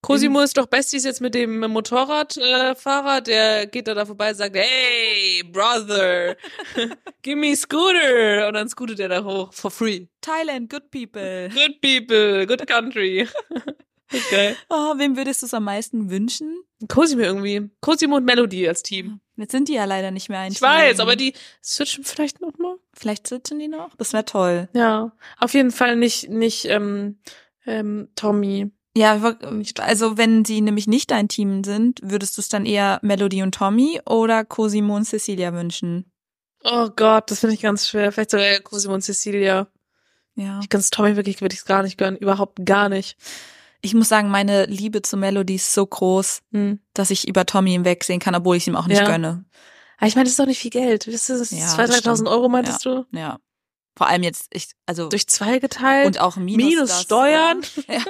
Cosimo ist doch besties jetzt mit dem Motorradfahrer, äh, Fahrer, der geht da, da vorbei und sagt, hey, brother, give me scooter. Und dann scootet er da hoch, for free. Thailand, good people. Good people, good country. okay. Oh, wem würdest du es am meisten wünschen? Cosimo irgendwie. Cosimo und Melody als Team. Jetzt sind die ja leider nicht mehr ein Hm. Ich Team. weiß, aber die switchen vielleicht nochmal. Vielleicht sitzen die noch? Das wäre toll. Ja, auf jeden Fall nicht, nicht, ähm, ähm, Tommy. Ja, wir- also wenn sie nämlich nicht dein Team sind, würdest du es dann eher Melody und Tommy oder Cosimo und Cecilia wünschen? Oh Gott, das finde ich ganz schwer. Vielleicht sogar Cosimo und Cecilia. Ja. Ich kann es Tommy wirklich, würde ich es gar nicht gönnen. Überhaupt gar nicht. Ich muss sagen, meine Liebe zu Melody ist so groß, Hm. dass ich über Tommy hinwegsehen kann, obwohl ich ihm auch nicht Ja. gönne. Aber ich meine, das ist doch nicht viel Geld. Das ist Ja, 2.000, das stimmt. 3.000 Euro, meintest du? Ja. Vor allem jetzt, ich, also Durch zwei geteilt. und auch minus, minus das, Steuern. Ja.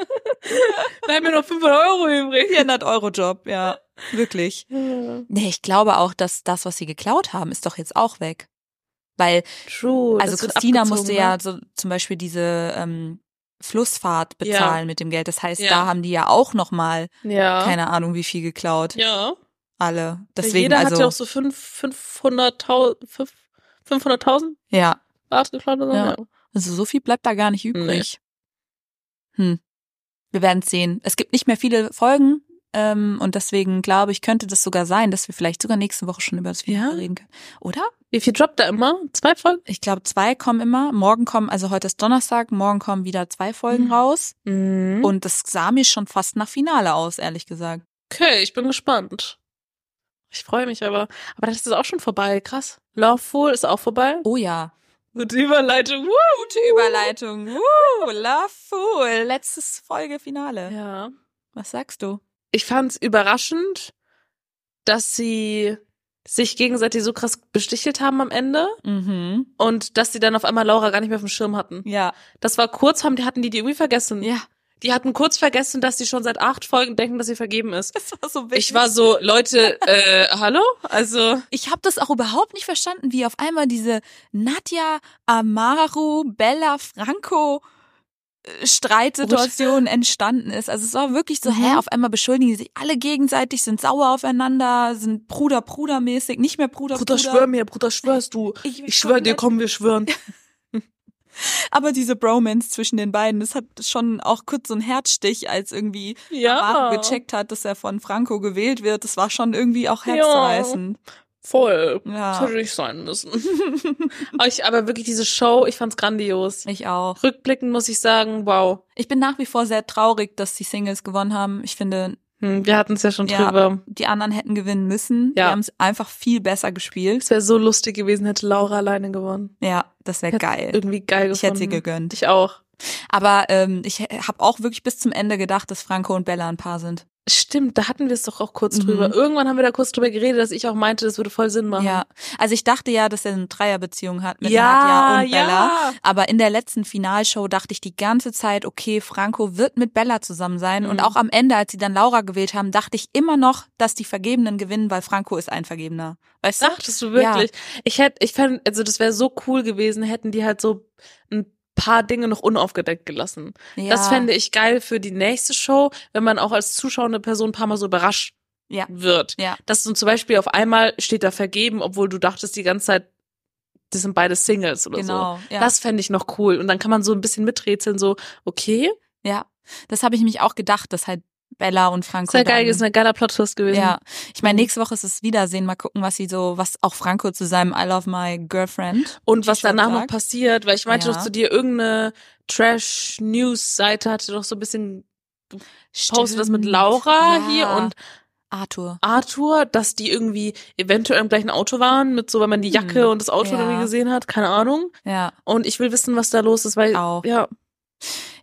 Bleiben mir noch 500 Euro übrig. 400 Euro Job, ja, wirklich. Nee, ich glaube auch, dass das, was sie geklaut haben, ist doch jetzt auch weg. Weil True. Also das wird Christina abgezogen, musste ne? ja so zum Beispiel diese ähm, Flussfahrt bezahlen mit dem Geld. Das heißt, Ja. da haben die ja auch noch mal ne? Ja. keine Ahnung wie viel geklaut. ja. Alle. Deswegen Jeder also hatte auch so fünf- 500.000 fünf- 500.000 ja, Art geklaut oder so. Ja. also so viel bleibt da gar nicht übrig. Hm. Wir werden sehen. Es gibt nicht mehr viele Folgen ähm, und deswegen glaube ich, könnte das sogar sein, dass wir vielleicht sogar nächste Woche schon über das Finale Ja. reden können. Oder? Wie viel droppt da immer? Zwei Folgen? Ich glaube, zwei kommen immer. Morgen kommen, also heute ist Donnerstag, morgen kommen wieder zwei Folgen Mhm. raus. Mhm. Und das sah mir schon fast nach Finale aus, ehrlich gesagt. Okay, ich bin gespannt. Ich freue mich aber. Aber das ist auch schon vorbei. Krass. Loveful ist auch vorbei. Oh ja. Gute Überleitung. Woo! Gute Überleitung. Woo, love Fool. Letztes Folge Finale. Ja. Was sagst du? Ich fand es überraschend, dass sie sich gegenseitig so krass bestichelt haben am Ende Mhm. und dass sie dann auf einmal Laura gar nicht mehr auf dem Schirm hatten. Ja. Das war kurz, haben die hatten die die irgendwie vergessen. Ja. Die hatten kurz vergessen, dass sie schon seit acht Folgen denken, dass sie vergeben ist. Das war so Ich war so, Leute, äh, hallo? Also, Ich habe das auch überhaupt nicht verstanden, wie auf einmal diese Nadja, Amaru, Bella, Franco äh, Streitsituation entstanden ist. Also es war wirklich so, Mhm. hä, auf einmal beschuldigen die sich alle gegenseitig, sind sauer aufeinander, sind Bruder, Bruder mäßig, nicht mehr Bruder, Bruder. Bruder, schwör mir, Bruder, schwörst du. Ich schwör dir, komm, wir schwören. Aber diese Bromance zwischen den beiden, das hat schon auch kurz so einen Herzstich, als irgendwie Oh. Marco gecheckt hat, dass er von Franco gewählt wird. Das war schon irgendwie auch Ja. herzzerreißend. Voll. Das Ja. hätte nicht sein müssen. aber, ich, aber wirklich diese Show, ich fand's grandios. Ich auch. Rückblickend muss ich sagen, wow. Ich bin nach wie vor sehr traurig, dass die Singles gewonnen haben. Ich finde, Hm, wir hatten's ja schon Ja. drüber. die anderen hätten gewinnen müssen. Ja. Die haben es einfach viel besser gespielt. Es wäre so lustig gewesen, hätte Laura alleine gewonnen. Ja, das wäre Hätte geil. Irgendwie geil gefunden. Ich hätte sie gegönnt. Ich auch. Aber ähm, ich habe auch wirklich bis zum Ende gedacht, dass Franco und Bella ein Paar sind. Stimmt, da hatten wir es doch auch kurz Mhm. drüber. Irgendwann haben wir da kurz drüber geredet, dass ich auch meinte, das würde voll Sinn machen. Ja, also ich dachte ja, dass er eine Dreierbeziehung hat mit ja, Nadja und Bella. ja. Aber in der letzten Finalshow dachte ich die ganze Zeit, okay, Franco wird mit Bella zusammen sein. Und Mhm. auch am Ende, als sie dann Laura gewählt haben, dachte ich immer noch, dass die Vergebenen gewinnen, weil Franco ist ein Vergebener. Weißt du? Dachtest du wirklich? Ich hätte, ich fände, also das wäre so cool gewesen, hätten die halt so ein paar Dinge noch unaufgedeckt gelassen. Ja. Das fände ich geil für die nächste Show, wenn man auch als zuschauende Person ein paar Mal so überrascht Ja. wird. Ja. Dass du zum Beispiel auf einmal steht da vergeben, obwohl du dachtest die ganze Zeit, das sind beide Singles oder so. Genau. Ja. Das fände ich noch cool. Und dann kann man so ein bisschen miträtseln, so, okay, ja. Das habe ich mich auch gedacht, dass halt Bella und Franco. ist ja geil, dann- ist ein geiler Plot-Twist gewesen. Mhm. ja, ich meine, nächste Woche ist es Wiedersehen. Mal gucken, was sie so, was auch Franco zu seinem I love my girlfriend. Und was T-Shirt danach noch sagt. passiert, weil ich meinte Ja. doch zu dir, irgendeine Trash-News-Seite hatte doch so ein bisschen poste das mit Stimmt, Laura ja. hier und Arthur. Arthur, dass die irgendwie eventuell im gleichen Auto waren, mit so, wenn man die Jacke Hm, und das Auto ja. irgendwie gesehen hat, keine Ahnung. Ja. Und ich will wissen, was da los ist, weil Auch. ja,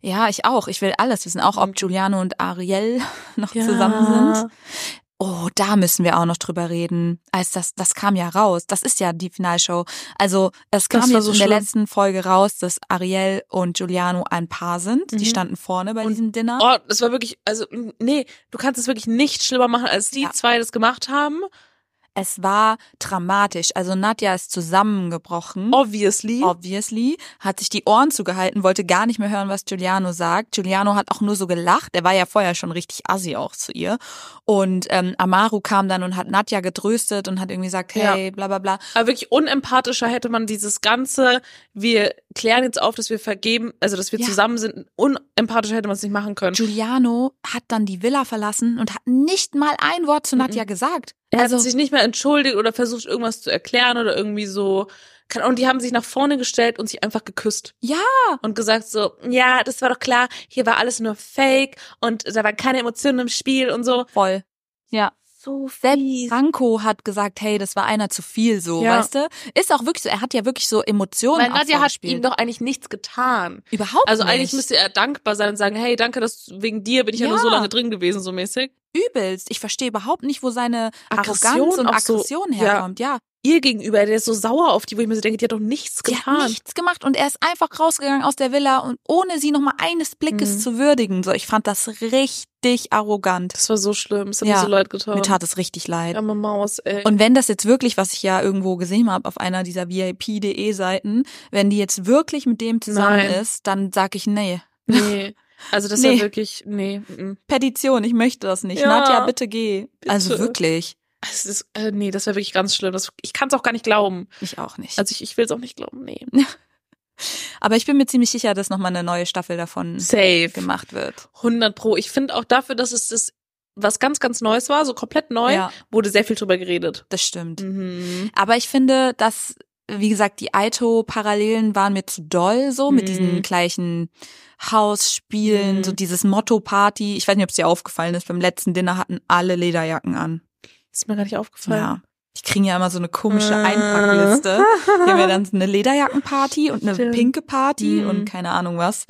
Ja, ich auch. Ich will alles wissen. Auch Mhm. ob Giuliano und Ariel noch ja. zusammen sind. Oh, da müssen wir auch noch drüber reden. Als das, das kam ja raus. Das ist ja die Finalshow. Also, es Das kam war jetzt so in der schlimm. letzten Folge raus, dass Ariel und Giuliano ein Paar sind. Mhm. Die standen vorne bei Und- diesem Dinner. Oh, das war wirklich, also m, nee, du kannst es wirklich nicht schlimmer machen, als die Ja. zwei das gemacht haben. Es war dramatisch. Also, Nadja ist zusammengebrochen. Obviously. Obviously hat sich die Ohren zugehalten, wollte gar nicht mehr hören, was Giuliano sagt. Giuliano hat auch nur so gelacht. Er war ja vorher schon richtig assi auch zu ihr. Und ähm, Amaru kam dann und hat Nadja getröstet und hat irgendwie gesagt, hey, bla bla bla. Aber wirklich unempathischer hätte man dieses ganze, wir klären jetzt auf, dass wir vergeben, also dass wir Ja. zusammen sind, unempathischer hätte man es nicht machen können. Giuliano hat dann die Villa verlassen und hat nicht mal ein Wort zu Nadja gesagt. Mhm. Er Also hat sich nicht mehr entschuldigt oder versucht, irgendwas zu erklären oder irgendwie so. Keine Ahnung, die haben sich nach vorne gestellt und sich einfach geküsst. Ja. Und gesagt so, ja, das war doch klar, hier war alles nur Fake und da waren keine Emotionen im Spiel und so. voll. Ja. So Selbst Franco hat gesagt, hey, das war einer zu viel, so, Ja. weißt du? Ist auch wirklich so, er hat ja wirklich so Emotionen. Weil auch Nadja hat vorgespielt. ihm doch eigentlich nichts getan. überhaupt Also nicht. eigentlich müsste er dankbar sein und sagen, hey, danke, dass wegen dir bin ich ja, nur so Ja. lange drin gewesen, so mäßig. übelst. Ich verstehe überhaupt nicht, wo seine Aggression Arroganz und auch so- Aggression ja. herkommt. Ja, Ihr gegenüber, der ist so sauer auf die, wo ich mir so denke, die hat doch nichts sie getan. hat nichts gemacht und er ist einfach rausgegangen aus der Villa und ohne sie noch mal eines Blickes Mhm. zu würdigen. So, ich fand das richtig arrogant. Das war so schlimm, es hat Ja. mir so leid getan. Mir tat es richtig leid. Arme Maus, ey. Und wenn das jetzt wirklich, was ich ja irgendwo gesehen habe auf einer dieser VIP.de E Seiten, wenn die jetzt wirklich mit dem zusammen Nein. ist, dann sag ich nee. Nee. Also das war Nee. wirklich, nee. mm. Petition, ich möchte das nicht. Ja. Nadja, bitte geh. Also Bitte. wirklich, Es ist, äh, nee, das war wirklich ganz schlimm. Das, ich kann es auch gar nicht glauben. ich auch nicht. Also ich, ich will es auch nicht glauben, nee. Aber ich bin mir ziemlich sicher, dass noch mal eine neue Staffel davon Safe. gemacht wird. 100 Pro. Ich finde auch dafür, dass es das was ganz, ganz Neues war, so komplett neu, Ja, wurde sehr viel drüber geredet. das stimmt. Mhm. Aber ich finde, dass, wie gesagt, die Aito-Parallelen waren mir zu doll, so mit Mhm. diesen gleichen Hausspielen, Mhm. so dieses Motto-Party. Ich weiß nicht, ob es dir aufgefallen ist, beim letzten Dinner hatten alle Lederjacken an. Ist mir gar nicht aufgefallen. Ja. Ich kriege ja immer so eine komische Äh. Einpackliste. Hier haben wir dann so eine Lederjackenparty und eine Stimmt. pinke Party Mhm. und keine Ahnung was.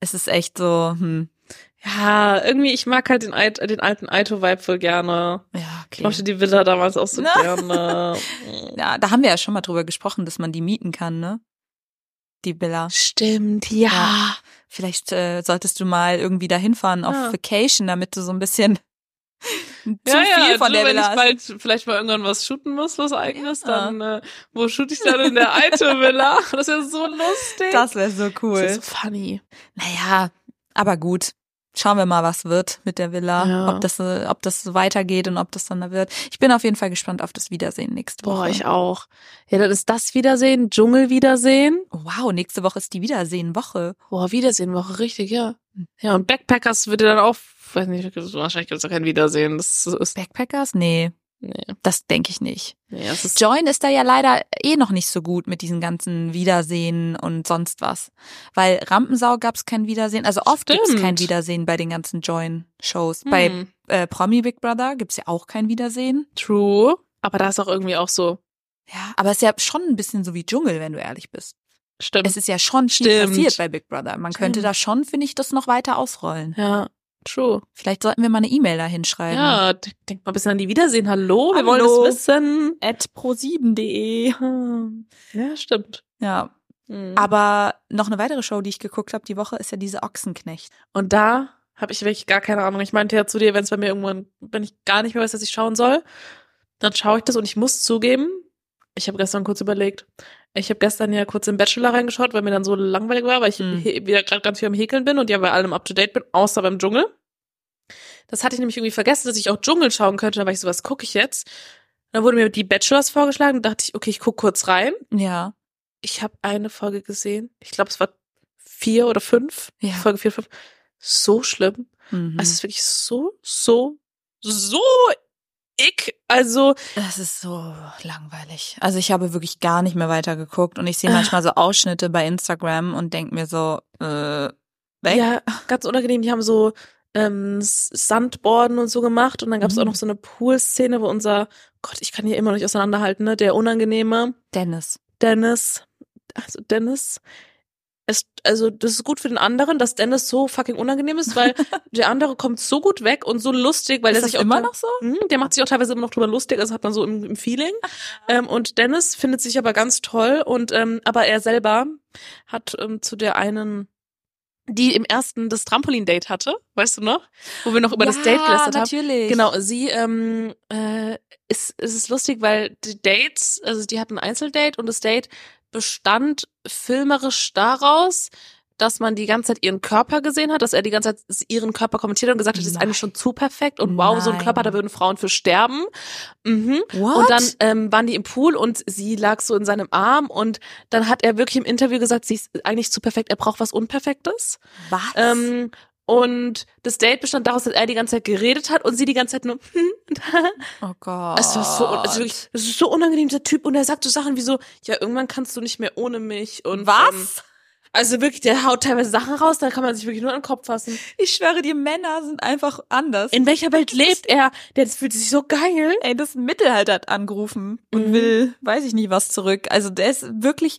Es ist echt so, hm, Ja, irgendwie, ich mag halt den, Eit, den alten Aito-Vibe voll gerne. ja, Ich okay. mochte die Villa damals auch so Na. gerne. Mm. Ja, da haben wir ja schon mal drüber gesprochen, dass man die mieten kann, ne? Die Villa. Stimmt, ja. Ja. Vielleicht äh, solltest du mal irgendwie dahin fahren auf Ja. Vacation, damit du so ein bisschen zu ja, viel ja, von du, der wenn Villa ich hast. bald vielleicht mal irgendwann was shooten muss, was eigenes, Ja. dann äh, wo shoot ich dann in der alte Villa? Das wäre so lustig. Das wäre so Das cool. wär so funny. naja, aber gut. Schauen wir mal, was wird mit der Villa, Ja. ob das, äh, ob das so weitergeht und ob das dann da wird. Ich bin auf jeden Fall gespannt auf das Wiedersehen nächste Woche. Boah, ich auch. Ja, dann ist das Wiedersehen, Dschungel Wiedersehen. wow, nächste Woche ist die Wiedersehen-Woche. Boah, Wiedersehen Woche, richtig, ja. Ja, und Backpackers wird ja dann auch, weiß nicht, wahrscheinlich gibt's auch kein Wiedersehen. Das ist Backpackers? Nee, nee, das denke ich nicht. nee, das ist Join ist da ja leider eh noch nicht so gut mit diesen ganzen Wiedersehen und sonst was. Weil Rampensau gab's kein Wiedersehen. Also oft gibt's Stimmt. kein Wiedersehen bei den ganzen Join-Shows. Bei hm, äh, Promi Big Brother gibt's ja auch kein Wiedersehen. True, aber da ist auch irgendwie auch so Ja. Aber es ist ja schon ein bisschen so wie Dschungel, wenn du ehrlich bist. stimmt. Es ist ja schon viel Stimmt. passiert bei Big Brother. Man könnte Stimmt. da schon, finde ich, das noch weiter ausrollen. ja, true. Vielleicht sollten wir mal eine E-Mail da hinschreiben. Ja, denk denk mal ein bisschen an die Wiedersehen. Hallo, wir Hallo. wollen es wissen. At pro7.de. Ja, stimmt. Ja. Mhm. Aber noch eine weitere Show, die ich geguckt habe die Woche, ist ja diese Ochsenknecht. Und da habe ich wirklich gar keine Ahnung. Ich meinte ja zu dir, wenn es bei mir irgendwann, wenn ich gar nicht mehr weiß, dass ich schauen soll, dann schaue ich das und ich muss zugeben, ich habe gestern kurz überlegt. Ich habe gestern ja kurz im Bachelor reingeschaut, weil mir dann so langweilig war, weil ich Hm. he- wieder gerade ganz viel am Häkeln bin und ja bei allem up to date bin, außer beim Dschungel. Das hatte ich nämlich irgendwie vergessen, dass ich auch Dschungel schauen könnte, aber ich so, was gucke ich jetzt? Dann wurde mir die Bachelors vorgeschlagen, dachte ich, okay, ich gucke kurz rein. Ja. Ich habe eine Folge gesehen. Ich glaube, es war vier oder fünf. Ja. Folge vier, fünf. So schlimm. Mhm. Also es ist wirklich so, so, so ick. Also, Das ist so langweilig. Also ich habe wirklich gar nicht mehr weitergeguckt und ich sehe manchmal so Ausschnitte bei Instagram und denke mir so, äh, weg. ja, ganz unangenehm. Die haben so äh, ähm, S- Sandboarden und so gemacht. Und dann gab es Mhm. auch noch so eine Pool-Szene, wo unser, Gott, ich kann hier immer noch nicht auseinanderhalten, ne? Der Unangenehme, Dennis. Dennis, also Dennis, es, also das ist gut für den anderen, dass Dennis so fucking unangenehm ist, weil der andere kommt so gut weg und so lustig, weil ist er das sich auch immer teil- noch so? Mhm, Der macht sich auch teilweise immer noch drüber lustig, also hat man so im, im Feeling. Ähm, und Dennis findet sich aber ganz toll und ähm, aber er selber hat ähm, zu der einen, die im ersten das Trampolin-Date hatte, weißt du noch, wo wir noch über das Date gelästert haben. natürlich. Genau, sie ähm, äh, ist, es ist lustig, weil die Dates, also die hatten ein Einzeldate und das Date bestand filmerisch daraus, dass man die ganze Zeit ihren Körper gesehen hat, dass er die ganze Zeit ihren Körper kommentiert hat und gesagt hat, das ist Nein. eigentlich schon zu perfekt und wow, so ein Nein. Körper, da würden Frauen für sterben. Mhm. What? Und dann ähm, waren die im Pool und sie lag so in seinem Arm und dann hat er wirklich im Interview gesagt, sie ist eigentlich zu perfekt, er braucht was Unperfektes. was? Ähm, und das Date bestand daraus, dass er die ganze Zeit geredet hat und sie die ganze Zeit nur. oh Gott. Es war so, es ist wirklich, es ist so unangenehm, dieser Typ. Und er sagt so Sachen wie so, ja, irgendwann kannst du nicht mehr ohne mich. Und Ähm, was? also wirklich, der haut teilweise Sachen raus, da kann man sich wirklich nur an den Kopf fassen. Ich schwöre dir, Männer sind einfach anders. In welcher Welt lebt er? Der das fühlt sich so geil. Ey, das Mittelalter hat angerufen und Mhm. will, weiß ich nicht, was zurück. Also der ist wirklich,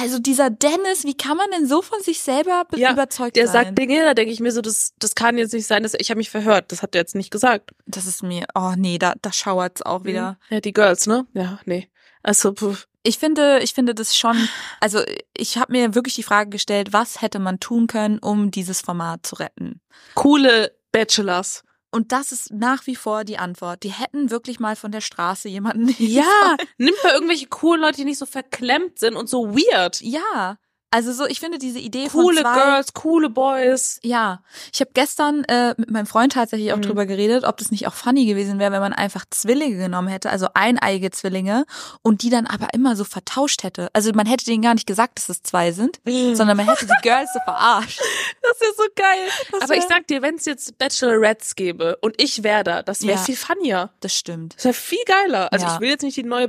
also dieser Dennis, wie kann man denn so von sich selber be- Ja, überzeugt Der sein? sagt Dinge, da denke ich mir so, das, das kann jetzt nicht sein, dass ich habe mich verhört. Das hat er jetzt nicht gesagt. das ist mir, oh nee, da, da schauert's Mhm. auch wieder. Ja, die Girls, ne? Ja, nee. Also, puh. Ich finde, ich finde das schon, also ich habe mir wirklich die Frage gestellt, was hätte man tun können, um dieses Format zu retten? coole Bachelors. Und das ist nach wie vor die Antwort. Die hätten wirklich mal von der Straße jemanden. nehmen Ja, nimmt mal irgendwelche coolen Leute, die nicht so verklemmt sind und so weird. Ja, also so, ich finde diese Idee Coole von zwei, Girls, coole Boys. Ja, ich habe gestern äh, mit meinem Freund tatsächlich auch Mhm. drüber geredet, ob das nicht auch funny gewesen wäre, wenn man einfach Zwillinge genommen hätte, also eineige Zwillinge und die dann aber immer so vertauscht hätte. Also man hätte denen gar nicht gesagt, dass es zwei sind, sondern man hätte die Girls so verarscht. das ist so geil. Das Aber ich wär- sag dir, wenn es jetzt Bachelorettes gäbe und ich wäre da, das Ja. wäre viel funnier. Das stimmt. Das wäre viel geiler. Also Ja. ich will jetzt nicht die neue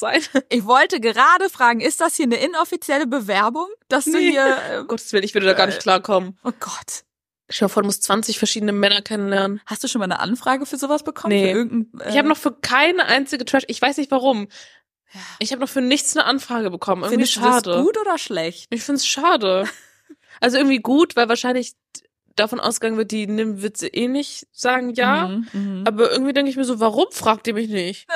sein. Ich wollte gerade fragen, ist das hier eine inoffizielle Bewerbung, dass du Nee. hier äh, Um Gottes Willen, ich würde da gar nicht klarkommen. Oh Gott. Ich hoffe, du musst 20 verschiedene Männer kennenlernen. Hast du schon mal eine Anfrage für sowas bekommen? Nee. Für irgendein, äh, Ich habe noch für keine einzige Trash, ich weiß nicht warum. Ja. Ich habe noch für nichts eine Anfrage bekommen. Irgendwie findest du das schade. gut oder schlecht? Ich find's schade. Also irgendwie gut, weil wahrscheinlich davon ausgegangen wird, die nimmt wird sie eh nicht sagen ja. Mhm, mhm. Aber irgendwie denke ich mir so, warum fragt ihr mich nicht?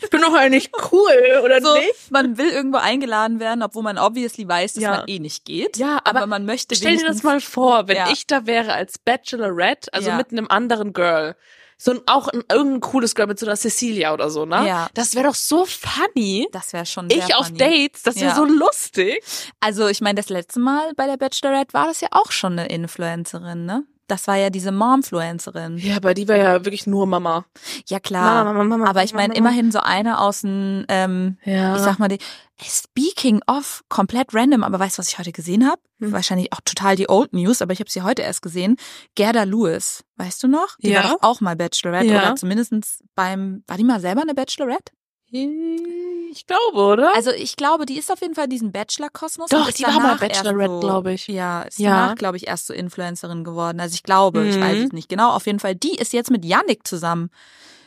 Ich bin doch eigentlich cool, oder so, nicht? man will irgendwo eingeladen werden, obwohl man obviously weiß, dass Ja. man eh nicht geht. Ja, aber, aber man möchte Stell dir wenigstens- das mal vor, wenn Ja. ich da wäre als Bachelorette, also Ja. mit einem anderen Girl. So ein, auch ein, irgendein cooles Girl mit so einer Cecilia oder so, ne? Ja. Das wäre doch so funny. Das wäre schon sehr Ich auf funny. Dates, das wäre Ja. so lustig. Also ich meine, das letzte Mal bei der Bachelorette war das ja auch schon eine Influencerin, ne? Das war ja diese Momfluencerin. Ja, aber die wäre ja wirklich nur Mama. Ja klar. Mama, Mama, Mama. Aber ich meine, Mama. immerhin so eine aus dem, ähm, Ja. ich sag mal, die, speaking of, komplett random, aber weißt du, was ich heute gesehen habe? Hm. Wahrscheinlich auch total die Old News, aber ich habe sie heute erst gesehen. Gerda Lewis, weißt du noch? Die Ja. war doch auch mal Bachelorette Ja. oder zumindestens beim, war die mal selber eine Bachelorette? Ich glaube, oder? Also ich glaube, die ist auf jeden Fall in diesem Bachelor-Kosmos. und Doch, ist die war mal danach erst Bachelorette, so, glaube ich. Ja, ist Ja. danach, glaube ich, erst so Influencerin geworden. Also ich glaube, ich Mhm. weiß es nicht genau. Auf jeden Fall, die ist jetzt mit Yannick zusammen.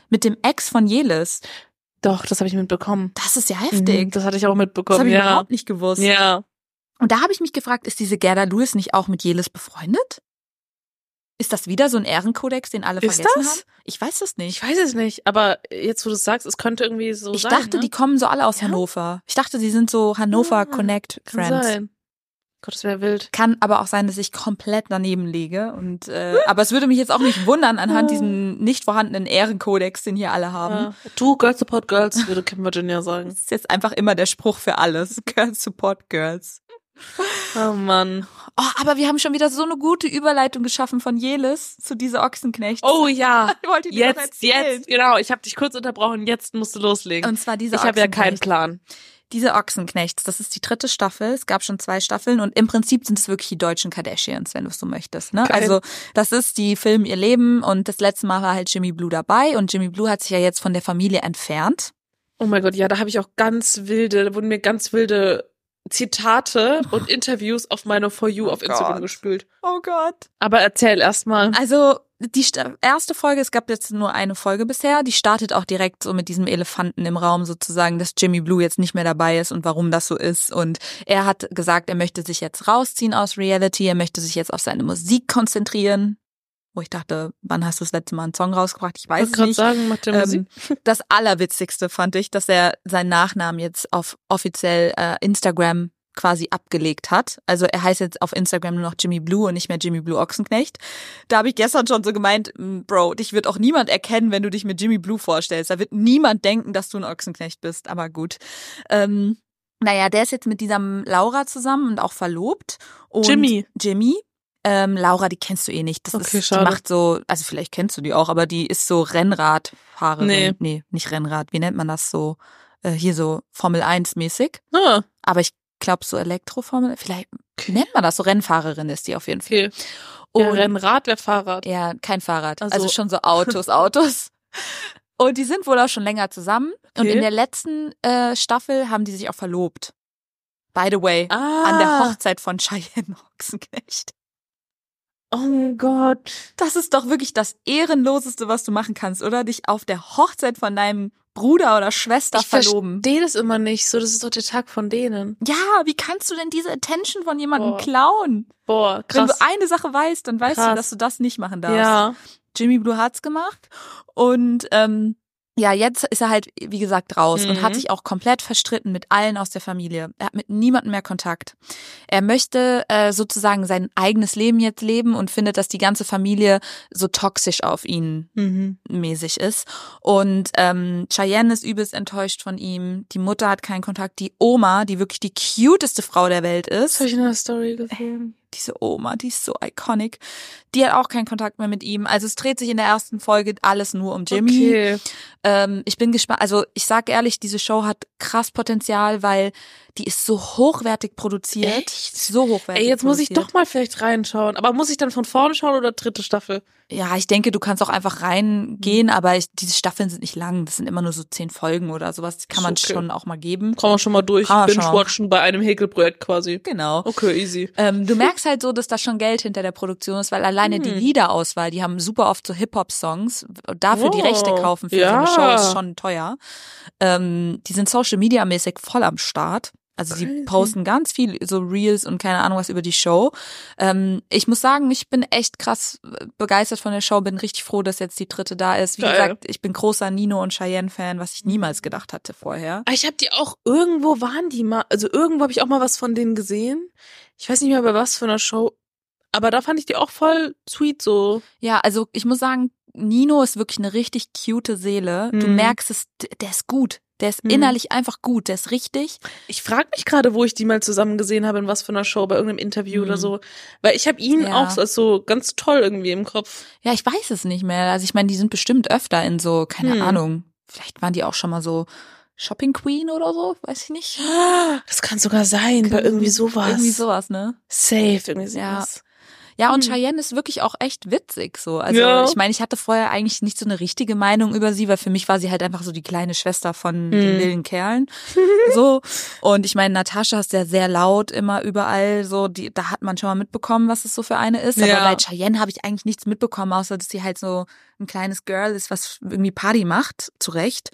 Mit dem Ex von Jelis. Doch, das habe ich mitbekommen. Das ist ja Mhm, heftig. das hatte ich auch Das mitbekommen, habe ich ja. überhaupt nicht gewusst. Ja. Und da habe ich mich gefragt, ist diese Gerda Lewis nicht auch mit Jelis befreundet? Ist das wieder so ein Ehrenkodex, den alle Ist vergessen das? haben? Ich weiß das nicht. Ich weiß es nicht, aber jetzt, wo du es sagst, es könnte irgendwie so Ich sein. dachte, ne? die kommen so alle aus Ja? Hannover. Ich dachte, sie sind so Hannover Ah, Connect Kann Friends. sein. Gott, das wäre wild. Kann aber auch sein, dass ich komplett daneben liege. Und äh, aber es würde mich jetzt auch nicht wundern Ah. anhand diesen nicht vorhandenen Ehrenkodex, den hier alle haben. Ja. Um, Du, Girls Support Girls, würde Kim Virginia sagen. Das ist jetzt einfach immer der Spruch für alles. Girls support girls. Oh Mann. Oh, aber wir haben schon wieder so eine gute Überleitung geschaffen von Jelis zu dieser Ochsenknecht. Oh ja. ich wollte dir das Jetzt, erzählen. jetzt, genau. Ich habe dich kurz unterbrochen. Jetzt musst du loslegen. Und zwar diese Ich habe ja Ochsenknecht. keinen Plan. Diese Ochsenknechts, das ist die dritte Staffel. Es gab schon zwei Staffeln und im Prinzip sind es wirklich die deutschen Kardashians, wenn du es so möchtest. Ne? Geil. Also das ist die Film ihr Leben und das letzte Mal war halt Jimmy Blue dabei und Jimmy Blue hat sich ja jetzt von der Familie entfernt. Oh mein Gott, ja, da habe ich auch ganz wilde, da wurden mir ganz wilde Zitate und Interviews auf meine For You auf Oh Instagram Gott. gespült. Oh Gott. Aber erzähl erstmal. Also die sta- erste Folge, es gab jetzt nur eine Folge bisher, die startet auch direkt so mit diesem Elefanten im Raum sozusagen, dass Jimmy Blue jetzt nicht mehr dabei ist und warum das so ist. Und er hat gesagt, er möchte sich jetzt rausziehen aus Reality, er möchte sich jetzt auf seine Musik konzentrieren. Wo ich dachte, wann hast du das letzte Mal einen Song rausgebracht? Ich Ich weiß wollte gerade nicht. sagen, macht der Musik. Ähm, das Allerwitzigste fand ich, dass er seinen Nachnamen jetzt auf offiziell äh, Instagram quasi abgelegt hat. Also er heißt jetzt auf Instagram nur noch Jimmy Blue und nicht mehr Jimmy Blue Ochsenknecht. Da habe ich gestern schon so gemeint, "Mm, Bro, dich wird auch niemand erkennen, wenn du dich mit Jimmy Blue vorstellst. Da wird niemand denken, dass du ein Ochsenknecht bist, aber gut. Ähm, naja, der ist jetzt mit dieser Laura zusammen und auch verlobt. Und Jimmy. Jimmy. Ähm, Laura, die kennst du eh nicht. Das Okay, ist, die schade. macht so, also vielleicht kennst du die auch, aber die ist so Rennradfahrerin. Nee. nee nicht Rennrad. Wie nennt man das so? Äh, hier so Formel 1 mäßig. Ah, Aber ich glaube so Elektroformel. Vielleicht nennt man das so Rennfahrerin ist die auf jeden Fall. Ähm, okay. Ja, Rennrad wäre Fahrrad. Ja, kein Fahrrad. Ach Also, so. schon so Autos, Autos. Und die sind wohl auch schon länger zusammen. Und Okay. in der letzten äh, Staffel haben die sich auch verlobt. By the way, Ah, an der Hochzeit von Cheyenne Ochsenknecht. Oh mein Gott. Das ist doch wirklich das Ehrenloseste, was du machen kannst, oder? Dich auf der Hochzeit von deinem Bruder oder Schwester Ich verloben. Denen ist immer nicht so, das ist doch der Tag von denen. Ja, wie kannst du denn diese Attention von jemandem Boah, klauen? Boah, Wenn du krass. eine Sache weißt, dann weißt du, Krass. dass du das nicht machen darfst. Ja. Jimmy Blue hat's gemacht und ähm, ja, jetzt ist er halt, wie gesagt, raus und Mhm. hat sich auch komplett verstritten mit allen aus der Familie. Er hat mit niemandem mehr Kontakt. Er möchte äh, sozusagen sein eigenes Leben jetzt leben und findet, dass die ganze Familie so toxisch auf ihn Mhm. mäßig ist. Und ähm, Cheyenne ist übelst enttäuscht von ihm. Die Mutter hat keinen Kontakt. Die Oma, die wirklich die cuteste Frau der Welt Das ist, habe ich in der Story gesehen. diese Oma, die ist so iconic. Die hat auch keinen Kontakt mehr mit ihm. Also es dreht sich in der ersten Folge alles nur um Jimmy. Okay. Ähm, ich bin gespannt. Also ich sag ehrlich, diese Show hat krass Potenzial, weil die ist so hochwertig produziert. Echt? So hochwertig. Ey, jetzt muss ich produziert. doch mal vielleicht reinschauen. Aber muss ich dann von vorne schauen oder dritte Staffel? Ja, ich denke, du kannst auch einfach reingehen, aber ich, diese Staffeln sind nicht lang. Das sind immer nur so zehn Folgen oder sowas. Die Kann Ist man okay. schon auch mal geben. Kommen wir schon mal durch. Ah, schon mal. Binge-watchen bei einem Häkelprojekt quasi. Genau. Okay, easy. Ähm, du merkst halt so, dass da schon Geld hinter der Produktion ist, weil alleine die Hm. Liederauswahl, die haben super oft so Hip-Hop-Songs. Und Dafür die Rechte Wow. kaufen für Oh, Ja. so eine Show ist schon teuer. Ähm, die sind Social-Media-mäßig voll am Start. Also die Crazy. posten ganz viel so Reels und keine Ahnung was über die Show. Ähm, ich muss sagen, ich bin echt krass äh, begeistert von der Show, bin richtig froh, dass jetzt die dritte da ist. Wie Geil. Mhm. gesagt, ich bin großer Nino und Cheyenne-Fan, was ich niemals gedacht hatte vorher. Ah, ich habe die auch irgendwo waren die mal, also irgendwo habe ich auch mal was von denen gesehen. Ich weiß nicht mehr bei was für einer Show, aber da fand ich die auch voll sweet so. Ja, also ich muss sagen, Nino ist wirklich eine richtig cute Seele. Du Mhm. merkst es, d- der ist gut. Der ist Mhm. innerlich einfach gut, der ist richtig. Ich frage mich gerade, wo ich die mal zusammen gesehen habe in was für einer Show, bei irgendeinem Interview Hm. oder so, weil ich habe ihn Ja. auch so- als so ganz toll irgendwie im Kopf. Ja, ich weiß es nicht mehr. Also ich meine, die sind bestimmt öfter in so, keine Mhm. Ahnung, vielleicht waren die auch schon mal so Shopping Queen oder so, weiß ich nicht. Das kann sogar sein, bei irgendwie sowas. Irgendwie sowas, ne? Safe irgendwie Ja. sowas. Ja, und Mhm. Cheyenne ist wirklich auch echt witzig so. Also Ja. ich meine, ich hatte vorher eigentlich nicht so eine richtige Meinung über sie, weil für mich war sie halt einfach so die kleine Schwester von den Mhm. wilden Kerlen. So. Und ich meine, Natascha ist ja sehr laut immer überall. So, die, da hat man schon mal mitbekommen, was es so für eine ist. Aber Ja. bei Cheyenne habe ich eigentlich nichts mitbekommen, außer dass sie halt so ein kleines Girl ist, was irgendwie Party macht, zu Recht.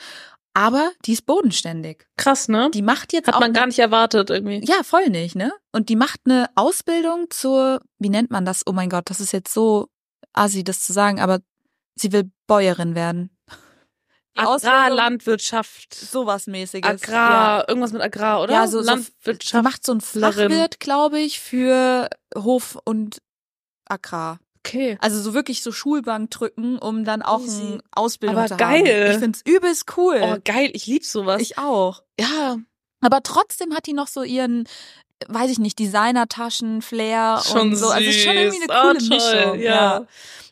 Aber die ist bodenständig. Krass, ne? Die macht jetzt Hat auch man gar nicht erwartet irgendwie. ja, voll nicht, ne? Und die macht eine Ausbildung zur, wie nennt man das? Oh mein Gott, das ist jetzt so assi, das zu sagen, aber sie will Bäuerin werden. Die Ausbildung, Agrarlandwirtschaft. sowas mäßiges. Agrar, irgendwas mit Agrar, ja. oder? ja, so, so sie Landwirtschaft. macht so ein Fachwirt, glaube ich, für Hof und Agrar. okay. Also so wirklich so Schulbank drücken, um dann auch Easy. eine Ausbildung Aber zu geil. haben. Ich find's übelst cool. Oh, geil, ich lieb sowas. ich auch. ja, Aber trotzdem hat die noch so ihren, äh, weiß ich nicht, Designer-Taschen-Flair und Schon so. Also es ist schon irgendwie eine süß. Ah, coole toll, Mischung. ja.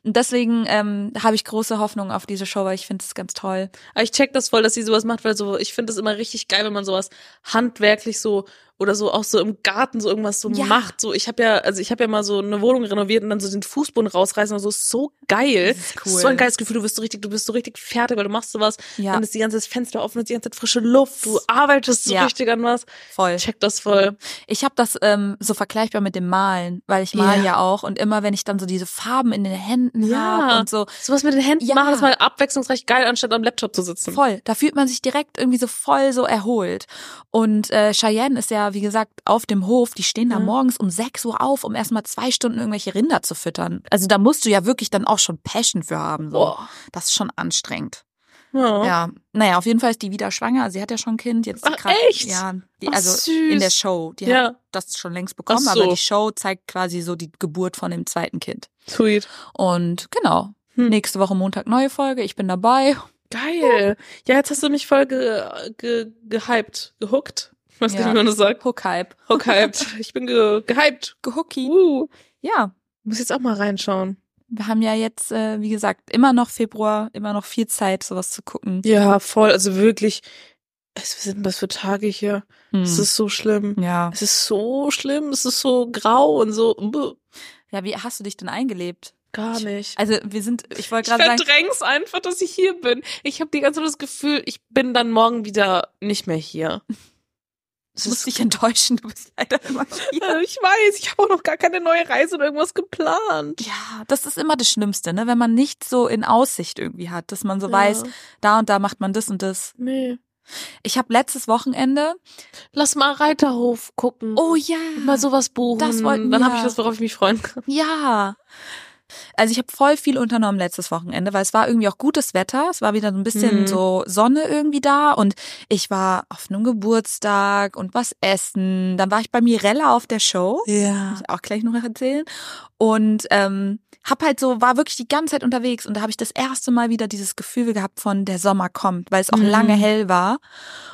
Und deswegen ähm, habe ich große Hoffnung auf diese Show, weil ich finde es ganz toll. aber ich check das voll, dass sie sowas macht, weil so, ich finde das immer richtig geil, wenn man sowas handwerklich so oder so auch so im Garten so irgendwas so Ja. macht. So, ich habe ja, also ich habe ja mal so eine Wohnung renoviert und dann so den Fußboden rausreißen und so, ist so geil. Das ist Das cool. ist so ein geiles Gefühl, du bist so richtig, du bist so richtig fertig, weil du machst sowas, Ja. dann ist die ganze das Fenster offen, ist die ganze Zeit frische Luft, du arbeitest so Ja. richtig an was. Voll. Ich check das voll. Ich habe das ähm, so vergleichbar mit dem Malen, weil ich mal Ja. ja. auch und immer wenn ich dann so diese Farben in den Händen Ja. habe und so Sowas mit den Händen Ja. machen ist mal abwechslungsreich geil, anstatt am Laptop zu sitzen. voll, da fühlt man sich direkt irgendwie so voll so erholt. Und äh, Cheyenne ist ja, wie gesagt, auf dem Hof, die stehen da Mhm. morgens um 6 Uhr auf, um erstmal zwei Stunden irgendwelche Rinder zu füttern. Also da musst du ja wirklich dann auch schon Passion für haben. So. Boah. Das ist schon anstrengend. Ja. Ja, naja, auf jeden Fall ist die wieder schwanger. Sie hat ja schon ein Kind. Jetzt Ach, grad- echt? Ja, die, Ach, also süß. in der Show. Die Ja. hat das schon längst bekommen, Ach so. aber die Show zeigt quasi so die Geburt von dem zweiten Kind. Sweet. Und genau, Hm. nächste Woche Montag neue Folge. Ich bin dabei. Geil. Ja, jetzt hast du mich voll ge ge gehypt, gehuckt. Ich weiß Ja. gar nicht, wie man das sagt. Hook Hype. Hookhyped. Ich bin ge gehypt. Gehookie. Uh. Ja, Muss jetzt auch mal reinschauen. wir haben ja jetzt, äh, wie gesagt, immer noch Februar, immer noch viel Zeit, sowas zu gucken. Ja, voll. Also wirklich. Es sind was für Tage hier. Hm. Es ist so schlimm. Ja. Es ist so schlimm. Es ist so grau und so. äh, buh, Ja, wie hast du dich denn eingelebt? Gar nicht. Also wir sind, ich wollte Ich gerade sagen, verdräng's einfach, dass ich hier bin. Ich habe die ganze Zeit das Gefühl, ich bin dann morgen wieder nicht mehr hier. ich muss dich enttäuschen, du bist leider immer hier. Ja, Ich weiß, ich habe auch noch gar keine neue Reise oder irgendwas geplant. Ja, das ist immer das Schlimmste, ne? Wenn man nichts so in Aussicht irgendwie hat, dass man so weiß, da und da macht man das und das. Nee. Ich habe letztes Wochenende. Lass mal Reiterhof gucken. Oh ja. Mal sowas buchen. Das wollten Dann wir. habe ich das, worauf ich mich freuen kann. Ja. Also ich habe voll viel unternommen letztes Wochenende, weil es war irgendwie auch gutes Wetter. Es war wieder so ein bisschen Mhm. so Sonne irgendwie da und ich war auf einem Geburtstag und was essen. Dann war ich bei Mirella auf der Show. Ja. Muss ich auch gleich noch erzählen. Und ähm, hab halt so, war wirklich die ganze Zeit unterwegs und da habe ich das erste Mal wieder dieses Gefühl gehabt von der Sommer kommt, weil es auch Mhm. lange hell war.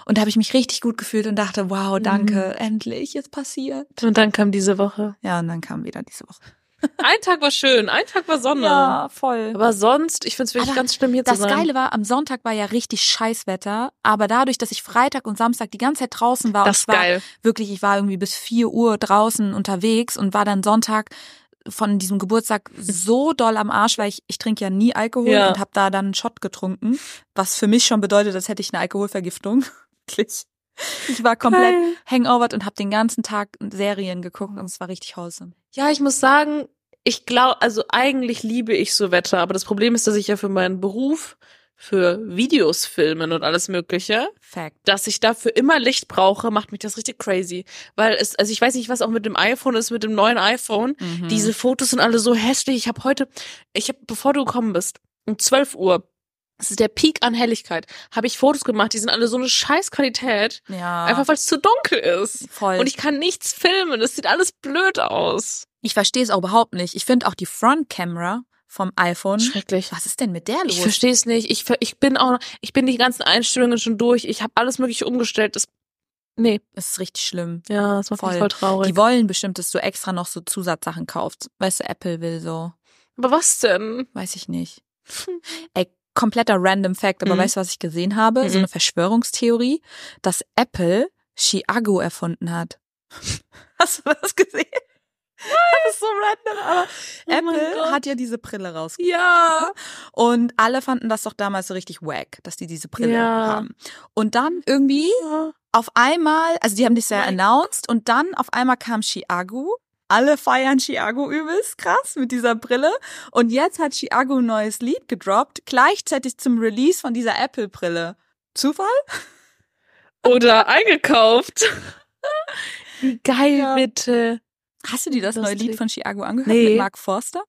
Und da habe ich mich richtig gut gefühlt und dachte, Mhm. wow, danke, endlich, jetzt passiert. Und dann kam diese Woche. Ja, und dann kam wieder diese Woche. Ein Tag war schön, ein Tag war Sonne. voll. Aber sonst, ich find's wirklich Aber ganz schlimm hier Das zu sein. Geile war, am Sonntag war ja richtig Scheißwetter, aber dadurch, dass ich Freitag und Samstag die ganze Zeit draußen war, und das ist ich war geil. wirklich, ich war irgendwie bis 4 Uhr draußen unterwegs und war dann Sonntag von diesem Geburtstag so doll am Arsch, weil ich, ich trinke ja nie Alkohol Ja. und habe da dann einen Shot getrunken, was für mich schon bedeutet, als hätte ich eine Alkoholvergiftung. Wirklich. Ich war komplett Geil. hangovered und habe den ganzen Tag Serien geguckt und es war richtig wholesome. Ja, ich muss sagen, ich glaube, also eigentlich liebe ich so Wetter, aber das Problem ist, dass ich ja für meinen Beruf, für Videos filmen und alles Mögliche, Fact. dass ich dafür immer Licht brauche, macht mich das richtig crazy. Weil es, also ich weiß nicht, was auch mit dem iPhone ist, mit dem neuen iPhone. Mhm. Diese Fotos sind alle so hässlich. Ich habe heute, ich habe, bevor du gekommen bist, um 12 Uhr, das ist der Peak an Helligkeit, habe ich Fotos gemacht, die sind alle so eine scheiß Qualität, ja, einfach weil es zu dunkel ist. voll. Und ich kann nichts filmen, es sieht alles blöd aus. Ich verstehe es auch überhaupt nicht. Ich finde auch die Front Camera vom iPhone. Schrecklich. Was ist denn mit der Ich los? verstehe es nicht. Ich, ver- ich bin auch, ich bin die ganzen Einstellungen schon durch. Ich habe alles mögliche umgestellt. Das, nee, Das ist richtig schlimm. ja, das macht mich Voll. voll traurig. Die wollen bestimmt, dass du extra noch so Zusatzsachen kaufst. Weißt du, Apple will so. Aber was denn? Weiß ich nicht. Ey, kompletter random Fact, aber Mhm. weißt du, was ich gesehen habe? So Mhm. eine Verschwörungstheorie, dass Apple Chiago erfunden hat. Hast du das gesehen? Das ist so random, aber Oh mein Apple Gott. hat ja diese Brille rausgebracht. Ja. Und alle fanden das doch damals so richtig wack, dass die diese Brille Ja. haben. Und dann irgendwie auf einmal, also die haben das ja Mein announced und dann auf einmal kam Chiago. Alle feiern Chiago übelst krass mit dieser Brille. Und jetzt hat Chiago ein neues Lied gedroppt, gleichzeitig zum Release von dieser Apple-Brille. Zufall? Oder eingekauft. Wie geil Ja. bitte. Hast du dir das neue Lustig. Lied von Chiago angehört Nee. mit Mark Forster?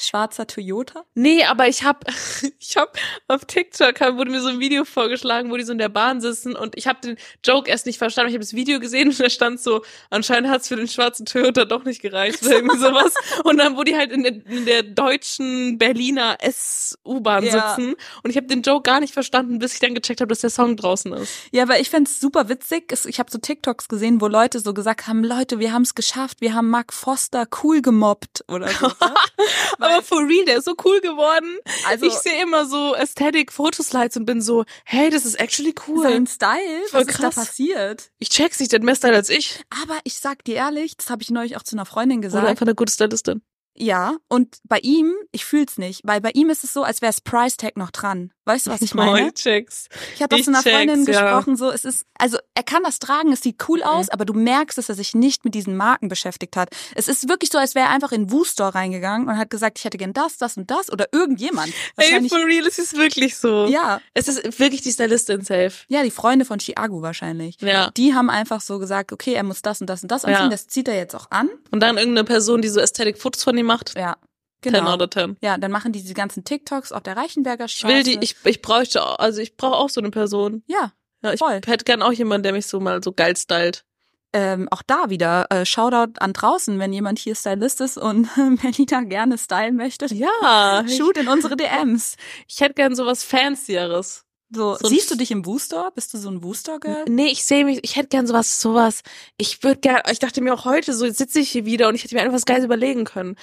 Schwarzer Toyota? Nee, aber ich hab, ich hab auf TikTok hab, wurde mir so ein Video vorgeschlagen, wo die so in der Bahn sitzen und ich habe den Joke erst nicht verstanden. Ich habe das Video gesehen und da stand so, anscheinend hat's für den schwarzen Toyota doch nicht gereicht oder irgendwie sowas. Und dann, wo die halt in der, in der deutschen Berliner S-U-Bahn Ja. sitzen und ich habe den Joke gar nicht verstanden, bis ich dann gecheckt habe, dass der Song draußen ist. Ja, aber ich find's super witzig. Es- Ich habe so TikToks gesehen, wo Leute so gesagt haben, Leute, wir haben's geschafft, wir haben Mark Foster cool gemobbt oder so. ne? weil- Aber for real, der ist so cool geworden. Also- ich sehe immer so Aesthetic-Fotoslides und bin so, hey, das ist actually cool. Sein Style, Voll was ist da krass. passiert? Ich check's nicht, der hat mehr Style als ich. Aber ich sag dir ehrlich, das habe ich neulich auch zu einer Freundin Oder gesagt. einfach eine gute Stylistin. Ja, und bei ihm, ich fühl's nicht, weil bei ihm ist es so, als wäre es Price Tag noch dran. Weißt du, was ich meine? Ich check's. Ich habe das Ich zu einer Freundin check's, ja. Mhm. gesprochen, so es ist, also er kann das tragen, es sieht cool aus, aber du merkst, dass er sich nicht mit diesen Marken beschäftigt hat. Es ist wirklich so, als wäre er einfach in Woo-Store reingegangen und hat gesagt, ich hätte gern das, das und das oder irgendjemand. Ey, Wahrscheinlich, for real, es ist wirklich so. ja, Es ist wirklich die Stylistin safe. ja, die Freunde von Chiago wahrscheinlich. Ja. Die haben einfach so gesagt, okay, er muss das und das und das anziehen, Ja. das zieht er jetzt auch an. Und dann irgendeine Person, die so Aesthetic-Fotos von ihm macht. Ja, 10 genau. out of 10. Ja, dann machen die diese ganzen TikToks auf der Reichenberger Ich Straße. will die, ich, ich bräuchte, auch- also ich brauche auch so eine Person. Ja, Ja, ich Voll. hätte gern auch jemanden, der mich so mal so geil stylt. ähm, auch da wieder äh, Shoutout an draußen, wenn jemand hier Stylist ist und Melina gerne stylen möchte. Äh, Ja, ich, Shoot in unsere DMs. ich hätte gern sowas Fancieres. So, So ein siehst du dich im Wooster? Bist du so ein Wooster-Girl? Nee, ich sehe mich, ich hätte gern sowas, sowas. Ich würde gern, ich dachte mir auch heute, so jetzt sitze ich hier wieder und ich hätte mir einfach was Geiles überlegen können.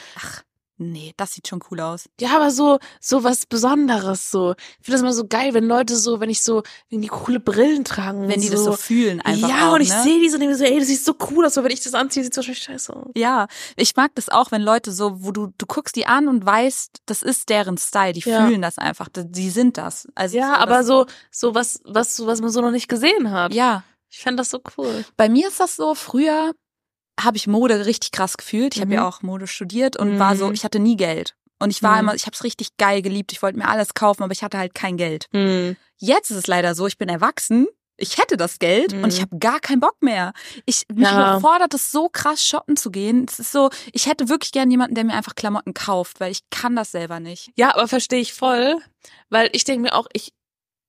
Nee, das sieht schon cool aus. Ja, aber so, so was Besonderes, so. Ich finde das immer so geil, wenn Leute so, wenn ich so, wenn die coole Brillen tragen. und Wenn die das so fühlen einfach Ja, auch, und ich ne? sehe die so und denke mir so, ey, das sieht so cool aus, aber wenn ich das anziehe, sieht es wahrscheinlich scheiße aus. Ja, ich mag das auch, wenn Leute so, wo du, du guckst die an und weißt, das ist deren Style, die Ja. fühlen das einfach, die- die sind das. Also Ja, so, aber das, so, so was, was, so was man so noch nicht gesehen hat. Ja, Ich fand das so cool. bei mir ist das so, früher habe ich Mode richtig krass gefühlt. Ich habe Mhm. ja auch Mode studiert und Mhm. war so, ich hatte nie Geld. Und ich war Mhm. immer, ich habe es richtig geil geliebt. Ich wollte mir alles kaufen, aber ich hatte halt kein Geld. Hm. Jetzt ist es leider so, ich bin erwachsen, ich hätte das Geld Mhm. und ich habe gar keinen Bock mehr. Ich mich Ja. überfordert es so krass shoppen zu gehen. Es ist so, ich hätte wirklich gern jemanden, der mir einfach Klamotten kauft, weil ich kann das selber nicht. Ja, aber verstehe ich voll, weil ich denke mir auch, ich,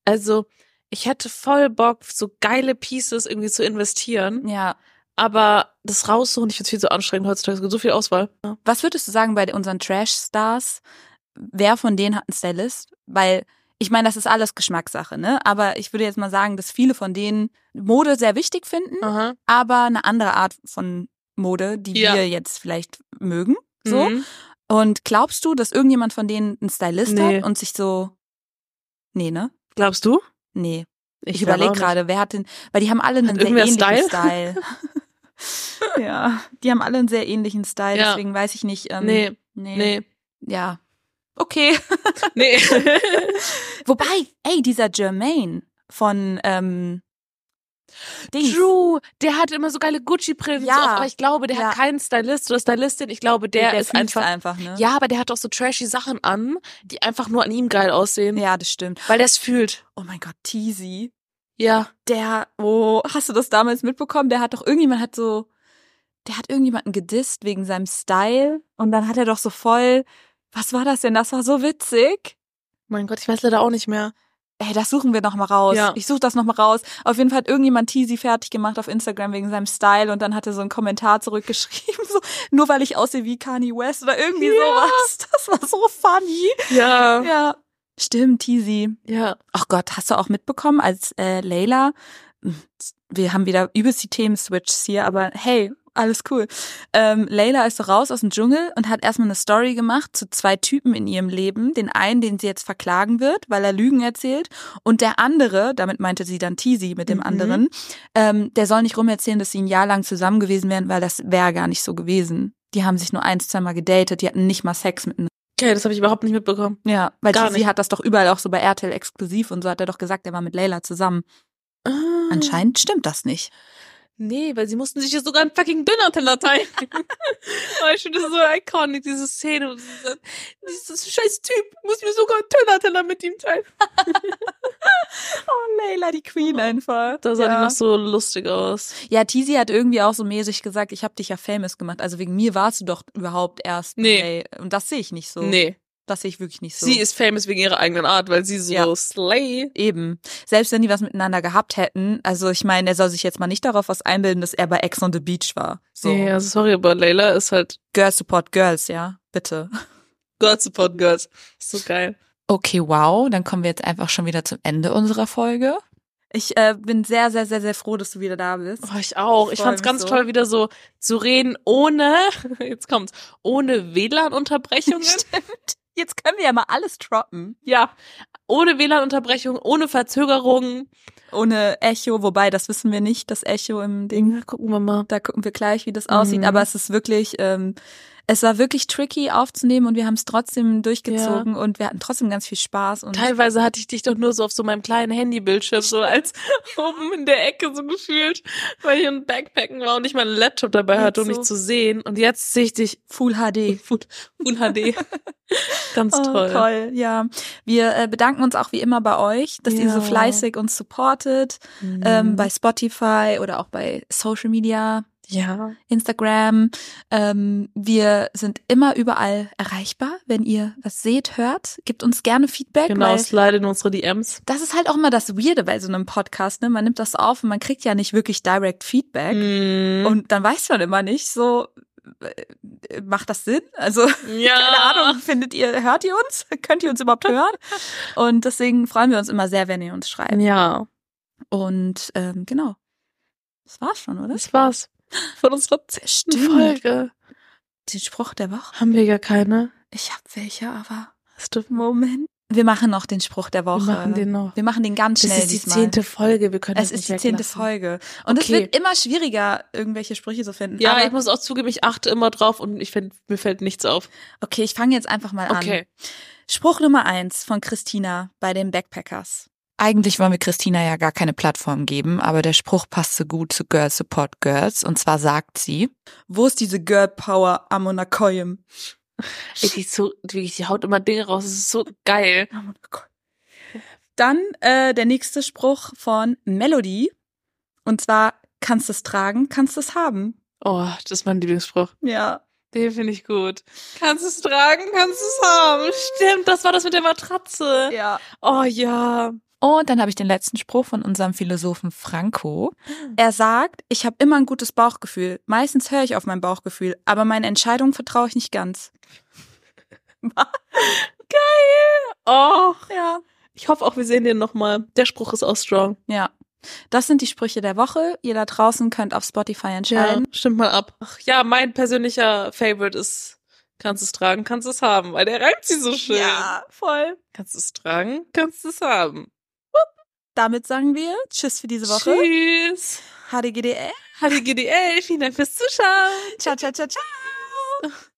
also, ich hätte voll Bock, so geile Pieces irgendwie zu investieren, Ja, aber das raussuchen, ich finde viel so anstrengend heutzutage, es gibt so viel Auswahl. Ja. was würdest du sagen bei unseren Trash Stars? Wer von denen hat einen Stylist? Weil ich meine, das ist alles Geschmackssache, ne? Aber ich würde jetzt mal sagen, dass viele von denen Mode sehr wichtig finden, Aha. aber eine andere Art von Mode, die Ja. Mhm. wir jetzt vielleicht mögen, so. So? Und glaubst du, dass irgendjemand von denen einen Stylist Nee. hat und sich so. Nee, ne? Glaubst du? Nee. Ich, glaub überlege auch nicht. gerade, wer hat denn. Weil die haben alle einen sehr irgendwer ähnlichen Style. Style? ja. Die haben alle einen sehr ähnlichen Style, Ja. deswegen weiß ich nicht. Ähm, Nee, nee. nee, Ja. Okay. nee. Wobei, ey, dieser Jermaine von ähm, Dings. True, der hat immer so geile Gucci-Brillen, Ja. so oft, aber ich glaube, der Ja. hat keinen Stylist oder Stylistin. Ich glaube, der, ist fühlt's einfach, einfach ne? Ja, aber der hat auch so trashy Sachen an, die einfach nur an ihm geil aussehen, Ja, das stimmt. weil der es fühlt. Oh mein Gott, Teasy. Ja. der, oh, hast du das damals mitbekommen? Der hat doch irgendjemand hat so, der hat irgendjemanden gedisst wegen seinem Style und dann hat er doch so voll, was war das denn? Das war so witzig. Mein Gott, ich weiß leider auch nicht mehr. Ey, das suchen wir noch mal raus. Ja. Ich suche das noch mal raus. Auf jeden Fall hat irgendjemand Teasy fertig gemacht auf Instagram wegen seinem Style und dann hat er so einen Kommentar zurückgeschrieben, so, nur weil ich aussehe wie Kanye West oder irgendwie Ja. sowas. Das war so funny. Ja. Ja. Stimmt, Teasy. Ja. Ach Gott, hast du auch mitbekommen, als äh, Layla, hm, wir haben wieder übelst die Themen-Switches hier, aber hey, alles cool. Ähm, Layla ist so raus aus dem Dschungel und hat erstmal eine Story gemacht zu zwei Typen in ihrem Leben. Den einen, den sie jetzt verklagen wird, weil er Lügen erzählt. Und der andere, damit meinte sie dann Tisi mit dem Mhm. anderen, ähm, der soll nicht rumerzählen, dass sie ein Jahr lang zusammen gewesen wären, weil das wäre gar nicht so gewesen. Die haben sich nur ein, zweimal gedatet, die hatten nicht mal Sex miteinander. Okay, das habe ich überhaupt nicht mitbekommen. Ja, weil Gar sie nicht. hat das doch überall auch so bei RTL exklusiv und so hat er doch gesagt, er war mit Layla zusammen. Hm. Anscheinend stimmt das nicht. Ah. Nee, weil sie mussten sich ja sogar einen fucking Döner-Teller teilen. Aber ich finde das so iconic, diese Szene. Dieses scheiß Typ muss mir sogar einen Döner-Teller mit ihm teilen. Oh, Layla, die Queen einfach. Da sah die noch so lustig aus. ja, Tizi hat irgendwie auch so mäßig gesagt, ich habe dich ja famous gemacht. Also wegen mir warst du doch überhaupt erst. Nee. Ey, Und das sehe ich nicht so. Nee, Das sehe ich wirklich nicht so. sie ist famous wegen ihrer eigenen Art, weil sie so Ja. slay. Eben. Selbst wenn die was miteinander gehabt hätten, also ich meine, er soll sich jetzt mal nicht darauf was einbilden, dass er bei Ex on the Beach war. So. Nee, also sorry, aber Layla ist halt Girls support girls, ja? Bitte. God support Girls. So geil. Okay, wow. Dann kommen wir jetzt einfach schon wieder zum Ende unserer Folge. Ich äh, bin sehr, sehr, sehr, sehr froh, dass du wieder da bist. Oh, ich auch. Ich Ich, freu fand's mich ganz so. toll, wieder so zu reden ohne, jetzt kommt's, ohne WLAN-Unterbrechungen. Stimmt. Jetzt können wir ja mal alles droppen. ja. Ohne WLAN-Unterbrechung, ohne Verzögerung. Ohne Echo, wobei, das wissen wir nicht, das Echo im Ding. gucken wir mal. Da gucken wir gleich, wie das aussieht. Mhm. Aber es ist wirklich, ähm, es war wirklich tricky aufzunehmen und wir haben es trotzdem durchgezogen und wir hatten trotzdem ganz viel Spaß. Und Teilweise hatte ich dich doch nur so auf so meinem kleinen Handybildschirm, so als oben in der Ecke so gefühlt, weil ich im Backpacken war und ich meinen Laptop dabei hatte, um Jetzt so. dich zu sehen. Und jetzt sehe ich dich Full HD. Full, Full HD. Ganz Oh, toll. toll, ja. Wir äh, bedanken uns auch wie immer bei euch, dass ihr so Ja. fleißig uns supportet, Mhm. ähm, bei Spotify oder auch bei Social Media, ja. Instagram. Ähm, wir sind immer überall erreichbar, wenn ihr was seht, hört. Gebt uns gerne Feedback, Genau, weil slide in unsere DMs. das ist halt auch immer das Weirde bei so einem Podcast. Ne? Man nimmt das auf und man kriegt ja nicht wirklich direct Feedback. Mhm. Und dann weiß man immer nicht so, äh, macht das Sinn? Also ja. keine Ahnung, findet ihr, hört ihr uns? Könnt ihr uns überhaupt hören? Und deswegen freuen wir uns immer sehr, wenn ihr uns schreibt. Ja, Und ähm, genau. Das war's schon, oder? das war's. Von unserer zehnten Hm. Folge Den Spruch der Woche. haben wir gar keine. Ich hab welche, aber Das dürfen wir Moment. Wir machen noch den Spruch der Woche. Wir machen den noch. äh, Wir machen den ganz Das schnell ist die diesmal. zehnte Folge, wir können es das ist die nicht zehnte weglassen. Folge. Und es Okay. wird immer schwieriger, irgendwelche Sprüche zu finden. Ja, aber, ich muss auch zugeben, ich achte immer drauf und ich find, mir fällt nichts auf. okay, ich fange jetzt einfach mal an. Okay. Spruch Nummer eins von Christina bei den Backpackers. Eigentlich wollen wir Christina ja gar keine Plattform geben, aber der Spruch passt so gut zu Girls Support Girls. Und zwar sagt sie, wo ist diese Girl Power am Monakoyim? Ey, die, ist so, wirklich, die haut immer Dinge raus, das ist so geil. Oh Dann äh, der nächste Spruch von Melody. Und zwar, kannst es tragen, kannst es haben. Oh, das ist mein Lieblingsspruch. Ja. Den finde ich gut. Kannst es tragen, kannst es haben. Stimmt, das war das mit der Matratze. ja. Oh ja. Und dann habe ich den letzten Spruch von unserem Philosophen Franco. Er sagt, ich habe immer ein gutes Bauchgefühl. Meistens höre ich auf mein Bauchgefühl, aber meine Entscheidung vertraue ich nicht ganz. Oh. Ja. Ich hoffe auch, wir sehen den nochmal. Der Spruch ist auch strong. Ja. Das sind die Sprüche der Woche. Ihr da draußen könnt auf Spotify entscheiden. Ähm, Stimmt mal ab. Ach ja, mein persönlicher Favorite ist, kannst es tragen, kannst es haben, weil der reimt sie so schön. voll. Kannst es tragen, kannst es haben. Damit sagen wir Tschüss für diese Woche. Tschüss. HDGDL. HDGDL, vielen Dank fürs Zuschauen. Ciao, ciao, ciao, ciao.